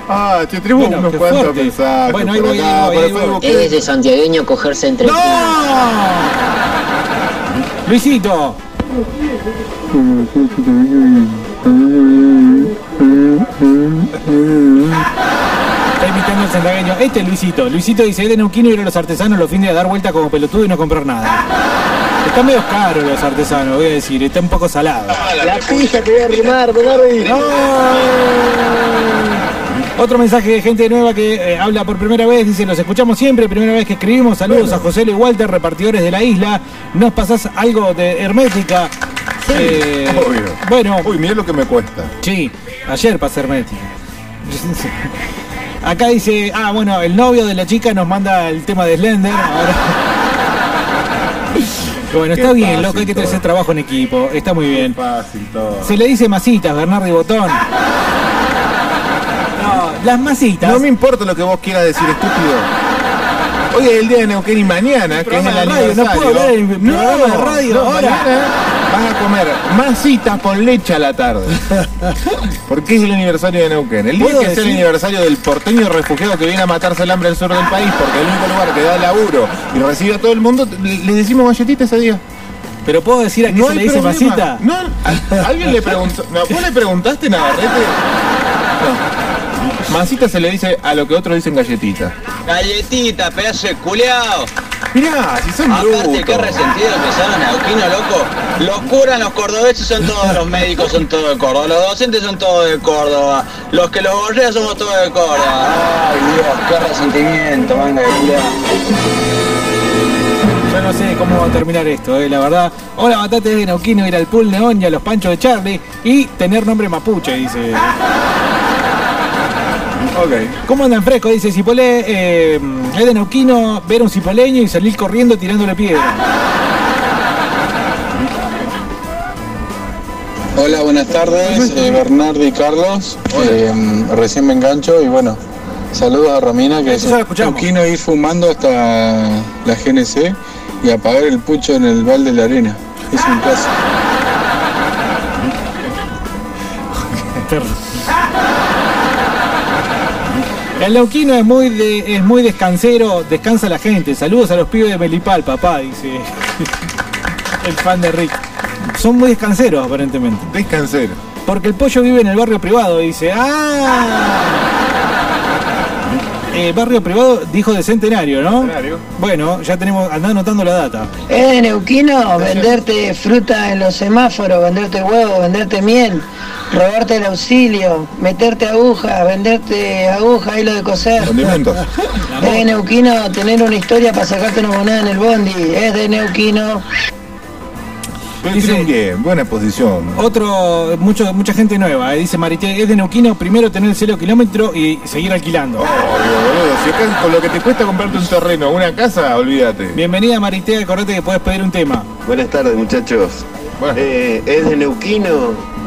Ah, te tenemos Bueno, unos qué cuantos fuerte. mensajes. Bueno, ahí por voy, acá, ahí por voy, ahí Facebook. Es de santiagueño cogerse entre Luisito. Está imitando al santagueño. Este es Luisito. Luisito dice, es de Neuquino ir a los artesanos los fines de dar vuelta como pelotudo y no comprar nada. Están medio caros los artesanos, voy a decir. Está un poco salado. La pija que voy a arrimar, Donardi. Otro mensaje de gente nueva que eh, habla por primera vez, dice, los escuchamos siempre, primera vez que escribimos, saludos a José y Walter, repartidores de la isla, nos pasás algo de hermética. Eh, Sí, obvio. Bueno. Uy, mirá lo que me cuesta. Sí, ayer pasé hermética. Acá dice, ah, bueno, el novio de la chica nos manda el tema de Slender. ahora. bueno, está Qué bien, loco, fácil hay que todo. hacer trabajo en equipo, está muy bien. Fácil todo. Se le dice masitas, Bernardi Botón. No, las masitas. No me importa lo que vos quieras decir, Ah. estúpido. Hoy es el día de Neuquén y mañana, que es programa el de radio, aniversario. no puedo hablar en el programa de radio no, ahora. mañana vas a comer masitas con leche a la tarde. Porque es el aniversario de Neuquén. El día ¿Puedo que es el decir? aniversario del porteño refugiado que viene a matarse el hambre al sur del país, porque es el único lugar que da laburo y recibe a todo el mundo, le le decimos galletita ese día. Pero puedo decir a qué No se hay le dice problema. masita. No, a- alguien le preguntó. No, ¿Vos le preguntaste nada, Masita se le dice a lo que otros dicen galletita. Galletita, pedazo de culeado. Mirá, si son Aparte, qué brutos. resentidos que son los neuquinos, loco. Los curas, los cordobeses son todos, los médicos son todos de Córdoba, los docentes son todos de Córdoba, los que los gorrean somos todos de Córdoba. Ay, Dios, qué resentimiento, manga de Yo no sé cómo va a terminar esto, eh, la verdad. Hola, Batate de Neuquino, ir al pool Neón y a los panchos de Charlie y tener nombre mapuche, dice. Ok. ¿Cómo andan fresco? Dice Cipolé, eh, es de Neuquino ver un cipoleño y salir corriendo tirándole piedra. Hola, buenas tardes, eh, Bernardo y Carlos. Eh, recién me engancho y bueno, saludos a Romina que Eso ya lo escuchamos. Neuquino ir fumando hasta la GNC y apagar el pucho en el balde de la arena. Es un caso. El neuquino es muy de, es muy descansero, descansa la gente. Saludos a los pibes de Melipal, papá, dice el fan de Rick. Son muy descanseros, aparentemente. Descanseros. Porque el pollo vive en el barrio privado, dice. ¡Ah! Eh, barrio privado dijo de centenario, ¿no? Centenario. Bueno, ya tenemos, andá anotando la data. Es de Neuquino, venderte fruta en los semáforos, venderte huevo, venderte miel, robarte el auxilio, meterte aguja, venderte aguja, hilo de coser. Condimentos. Es de Neuquino tener una historia para sacarte una moneda en el bondi. Es de Neuquino. Pero tienen que- buena posición. Oh. Otro, mucho, mucha gente nueva, eh, dice Marité, es de Neuquino, primero tener cero kilómetro y seguir alquilando. Obvio, boludo. Si acá con lo que te cuesta comprarte un terreno, una casa, olvídate. Bienvenida Marité, acordate que puedes pedir un tema. Buenas tardes muchachos. Eh, es de Neuquino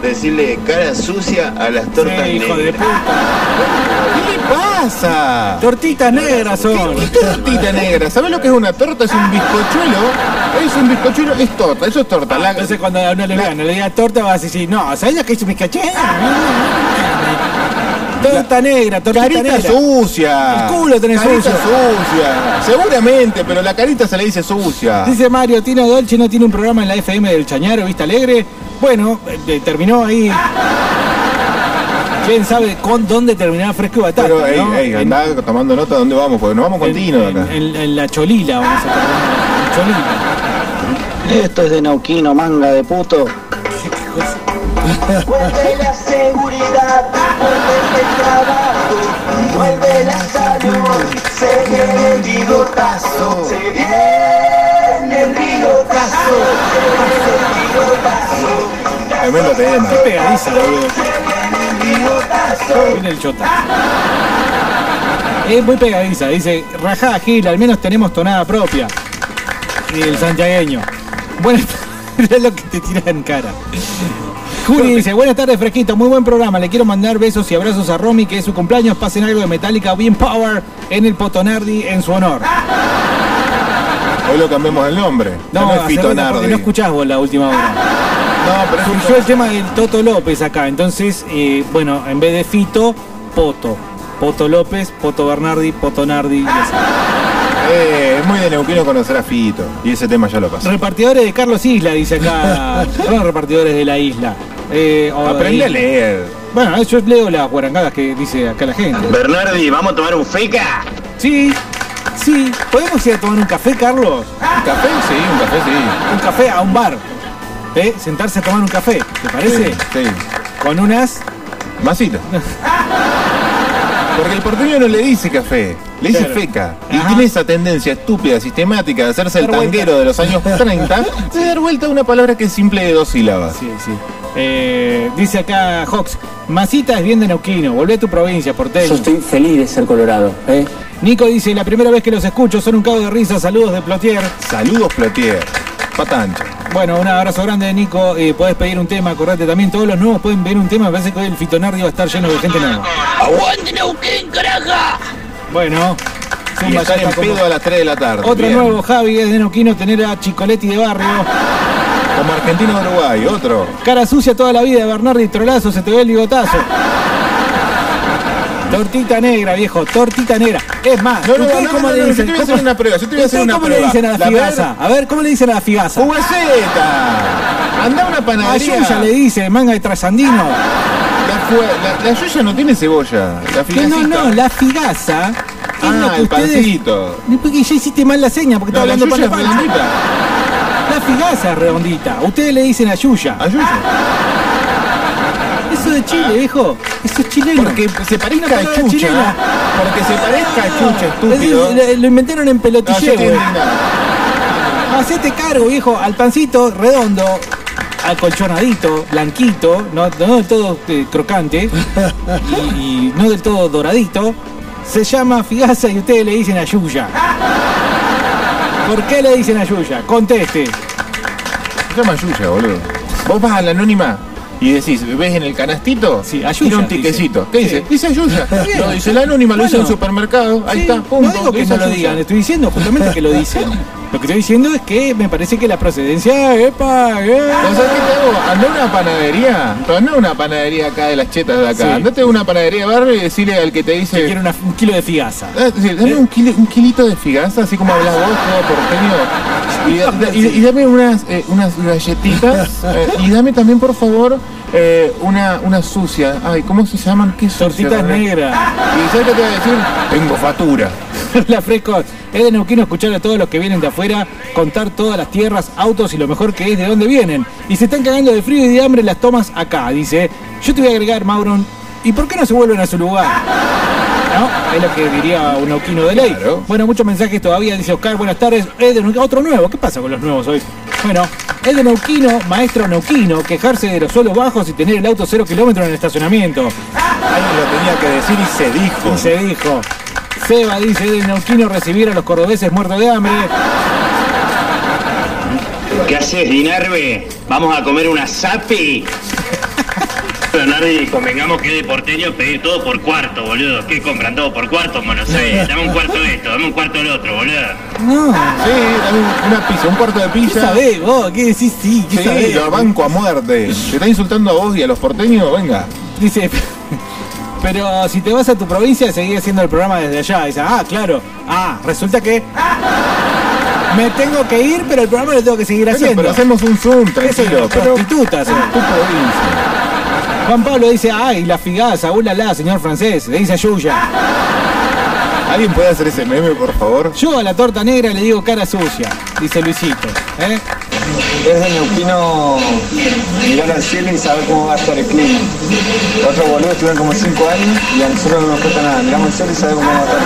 decirle cara sucia a las tortas hijo negras. ¿Qué pasa? Tortitas negras son. ¿Qué tortita negra? ¿Sabes lo que es una torta? Es un bizcochuelo. Es un bizcochuelo, es torta, eso es torta. La- Entonces cuando a una lesbiana le diga torta vas a decir, no, ¿sabes lo que hizo mi caché? Torta negra, tortita Carita negra. sucia. El culo tenés Carita sucio. sucia. Seguramente, pero la carita se le dice sucia. Dice Mario, Tino Dolce no tiene un programa en la FM del Chañaro, Vista Alegre. Bueno, eh, terminó ahí. ¿Quién sabe con dónde terminará Fresco y Batata? Pero, ey, ¿no? ey, andá tomando nota de dónde vamos, porque nos vamos con Tino de acá. En, en la Cholila vamos a terminar. En Cholila. Esto es de Nauquino, manga de puto. Vuelve la seguridad, vuelve el trabajo, vuelve la salud, se viene el bigotazo, se viene el bigotazo, Tremendo tema. Qué pegadiza, boludo. Viene el chota. Es muy pegadiza, dice, rajá Gil, al menos tenemos tonada propia. Y el santiagueño. Buenas, Mirá lo que te tira en cara. Juli dice, buenas tardes fresquito, muy buen programa. Le quiero mandar besos y abrazos a Romy, que es su cumpleaños. Pasen algo de Metallica Bien Power en el Potonardi en su honor. Hoy lo cambiamos el nombre. No, no es hace Fito rato, porque Nardi. No escuchás vos la última hora. No, pero Surgió el tema del Toto López acá. Entonces, eh, bueno, en vez de Fito, Poto. Poto López, Poto Bernardi, Poto Nardi. y así. Eh, es muy de neuquino conocer a Fito. Y ese tema ya lo pasó. Repartidores de Carlos Isla, dice acá. Son repartidores de la isla. Eh, o Aprende de- a leer. Bueno, yo leo las guarangadas que dice acá la gente. Bernardi, ¿vamos a tomar un feca? Sí, sí. ¿Podemos ir a tomar un café, Carlos? ¿Un café? Sí, un café, sí. Un café a un bar. ¿Eh? Sentarse a tomar un café, ¿te parece? Sí. Con unas. Masitas. Porque el porteño no le dice café, le dice Claro. feca. Y tiene esa tendencia estúpida, sistemática de hacerse el Dar vuelta. tanguero de los años 30 de dar vuelta a una palabra que es simple de dos sílabas. Sí, sí. Eh, dice acá Hawks, Masita es bien de Neuquino, volvé a tu provincia, porteño. Yo estoy feliz de ser colorado. ¿eh? Nico dice, la primera vez que los escucho, son un cago de risa, saludos de Plotier. Saludos, Plotier. Patancha. Bueno, un abrazo grande Nico, eh, podés pedir un tema, acordate también, todos los nuevos pueden pedir un tema, me parece que hoy el fitonardi va a estar lleno de gente nueva. ¡Aguante Neuquén, caraja! Bueno, Y zumba, estar ya está en como- pedo a las 3 de la tarde. Otro Bien. nuevo, Javi, es de Neuquino, tener a Chicoletti de barrio. Como Argentina-Uruguay, otro. Cara sucia toda la vida, Bernardi Trolazo, se te ve el bigotazo. Tortita negra, viejo, tortita negra. Es más, No, no, ¿ustedes no, cómo no, le no, dicen? yo te voy a hacer ¿Cómo- una prueba, yo te voy a hacer ¿Ustedes una ¿Cómo prueba. le dicen a la, La figaza? ver- A ver, ¿cómo le dicen a la figaza? ¡Jugueceta! Anda a una Ah, A panadería. Yuya le dice, manga de trasandino. La, fue- la- la yuya no tiene cebolla. La No, no, figacita. no, la figaza. es lo Ah, que el ustedes- pancito. No, Porque ya hiciste mal la seña, porque No, estaba la hablando para yuya la es pancha. La figaza es redondita. Ustedes le dicen a Ah, Yuya. A Yuya. Eso de Chile, viejo. Eso es chileno. Porque se parezca Una palabra a Chucha. chilena. Porque se parezca a Chucha, estúpido. Ah. Es decir, lo- lo inventaron en No, yo pelotillé, estoy güey. indignado. Hacete cargo, viejo, al pancito redondo, acolchonadito, blanquito, no, no del todo eh, crocante y, y no del todo doradito. Se llama figaza y ustedes le dicen a Yuya. ¿Por qué le dicen a Yuya? Conteste. Se llama Yuya, boludo. Vos vas a la anónima y decís, ¿ves en el canastito? Sí, ayuya, un tiquecito. dice. ¿Qué Sí. dice? Dice ayuya. Está bien. No, dice la anónima, lo hizo en el Bueno. supermercado. Ahí Sí, está, punto. No digo que Dice no lo ayuya. digan, estoy diciendo justamente que lo dicen. Lo que estoy diciendo es que me parece que la procedencia, epa, eh. No, ¿sabes qué te hago? Andá a una panadería, pero no una panadería acá de las chetas de acá. Sí. Andate a una panadería de barrio y decirle al que te dice. Quiero una- un kilo de figaza. Ah, sí, dame un, kilo- un kilito de figaza, así como hablas vos, todo porteño. Y, y- y dame unas, eh, unas galletitas. eh, y dame también, por favor, eh, una, una sucia. Ay, ¿cómo se llaman? ¿Qué sucia? Tortitas ¿verdad? negras. ¿Y sabes qué te voy a decir? Tengo fatura. La fresco. Es de Neuquino escuchar a todos los que vienen de afuera, contar todas las tierras, autos y lo mejor que es de dónde vienen. Y se están cagando de frío y de hambre las tomas acá, dice. Yo te voy a agregar, Mauron, ¿y por qué no se vuelven a su lugar? ¿No? Es lo que diría un neuquino de ley. Bueno, muchos mensajes todavía, dice Oscar, buenas tardes. Es de Neu- otro nuevo, ¿qué pasa con los nuevos hoy? Bueno, es de Neuquino, maestro Neuquino, quejarse de los suelos bajos y tener el auto cero kilómetros en el estacionamiento. Alguien lo tenía que decir y se dijo. Y se dijo. Seba dice de Neuquino recibir a los cordobeses muertos de hambre. ¿Qué haces, Dinarbe? ¿Vamos a comer una zapi? Bernardi, convengamos que de porteño pedir todo por cuarto, boludo. ¿Qué compran todo por cuarto, Buenos Aires? Dame un cuarto de esto, dame un cuarto del otro, boludo. No. Sí, dame un- una pizza, un cuarto de pizza. ¿Qué sabés vos? ¿Qué decís? Sí, ¿qué Sí, sabés? lo banco a muerte. ¿Te está insultando a vos y a los porteños? Venga. Dice, pero si te vas a tu provincia, seguí haciendo el programa desde allá. Dice, ah, claro. Ah, resulta que me tengo que ir, pero el programa lo tengo que seguir Bueno, haciendo. pero hacemos un Zoom, Eso, tranquilo. Pero prostitutas. eh. Juan Pablo dice, ay, la figaza, ulala, señor francés. Le dice a Yuya. ¿Alguien puede hacer ese meme, por favor? Yo a la torta negra le digo cara sucia, dice Luisito. ¿eh? Es de neuquino mirar al cielo y saber cómo va a estar el clima. Otros boludos estuvieron como 5 años y a nosotros no nos cuesta nada. Miramos el cielo y sabemos cómo va a estar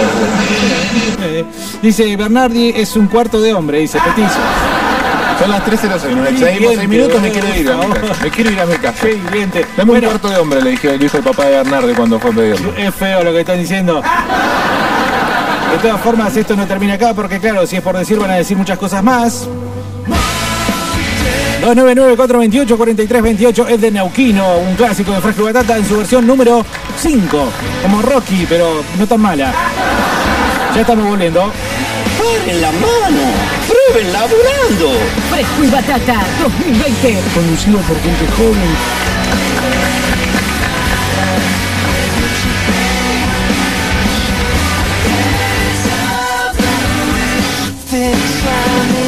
el clima. pues. Eso no puede ser. Eh, Dice, Bernardi es un cuarto de hombre, dice Petizo. Son las 3.06, nos excedimos Siguiente, 6 minutos, me eh, quiero por ir a mi casa. favor. Me quiero ir a mi casa. Siguiente. Dame un cuarto de hombre, le dije, le dijo el papá de Bernardo cuando fue a pedirlo. Es feo lo que están diciendo. De todas formas, esto no termina acá porque, claro, si es por decir, van a decir muchas cosas más. 299-428-4328 es de Neuquino, un clásico de Fresco y Batata en su versión número 5, como Rocky, pero no tan mala. Ya estamos volviendo. ¡Paren la mano! ¡Prueben laburando! Fresco y Batata 2020. Conducido por gente joven. Things shining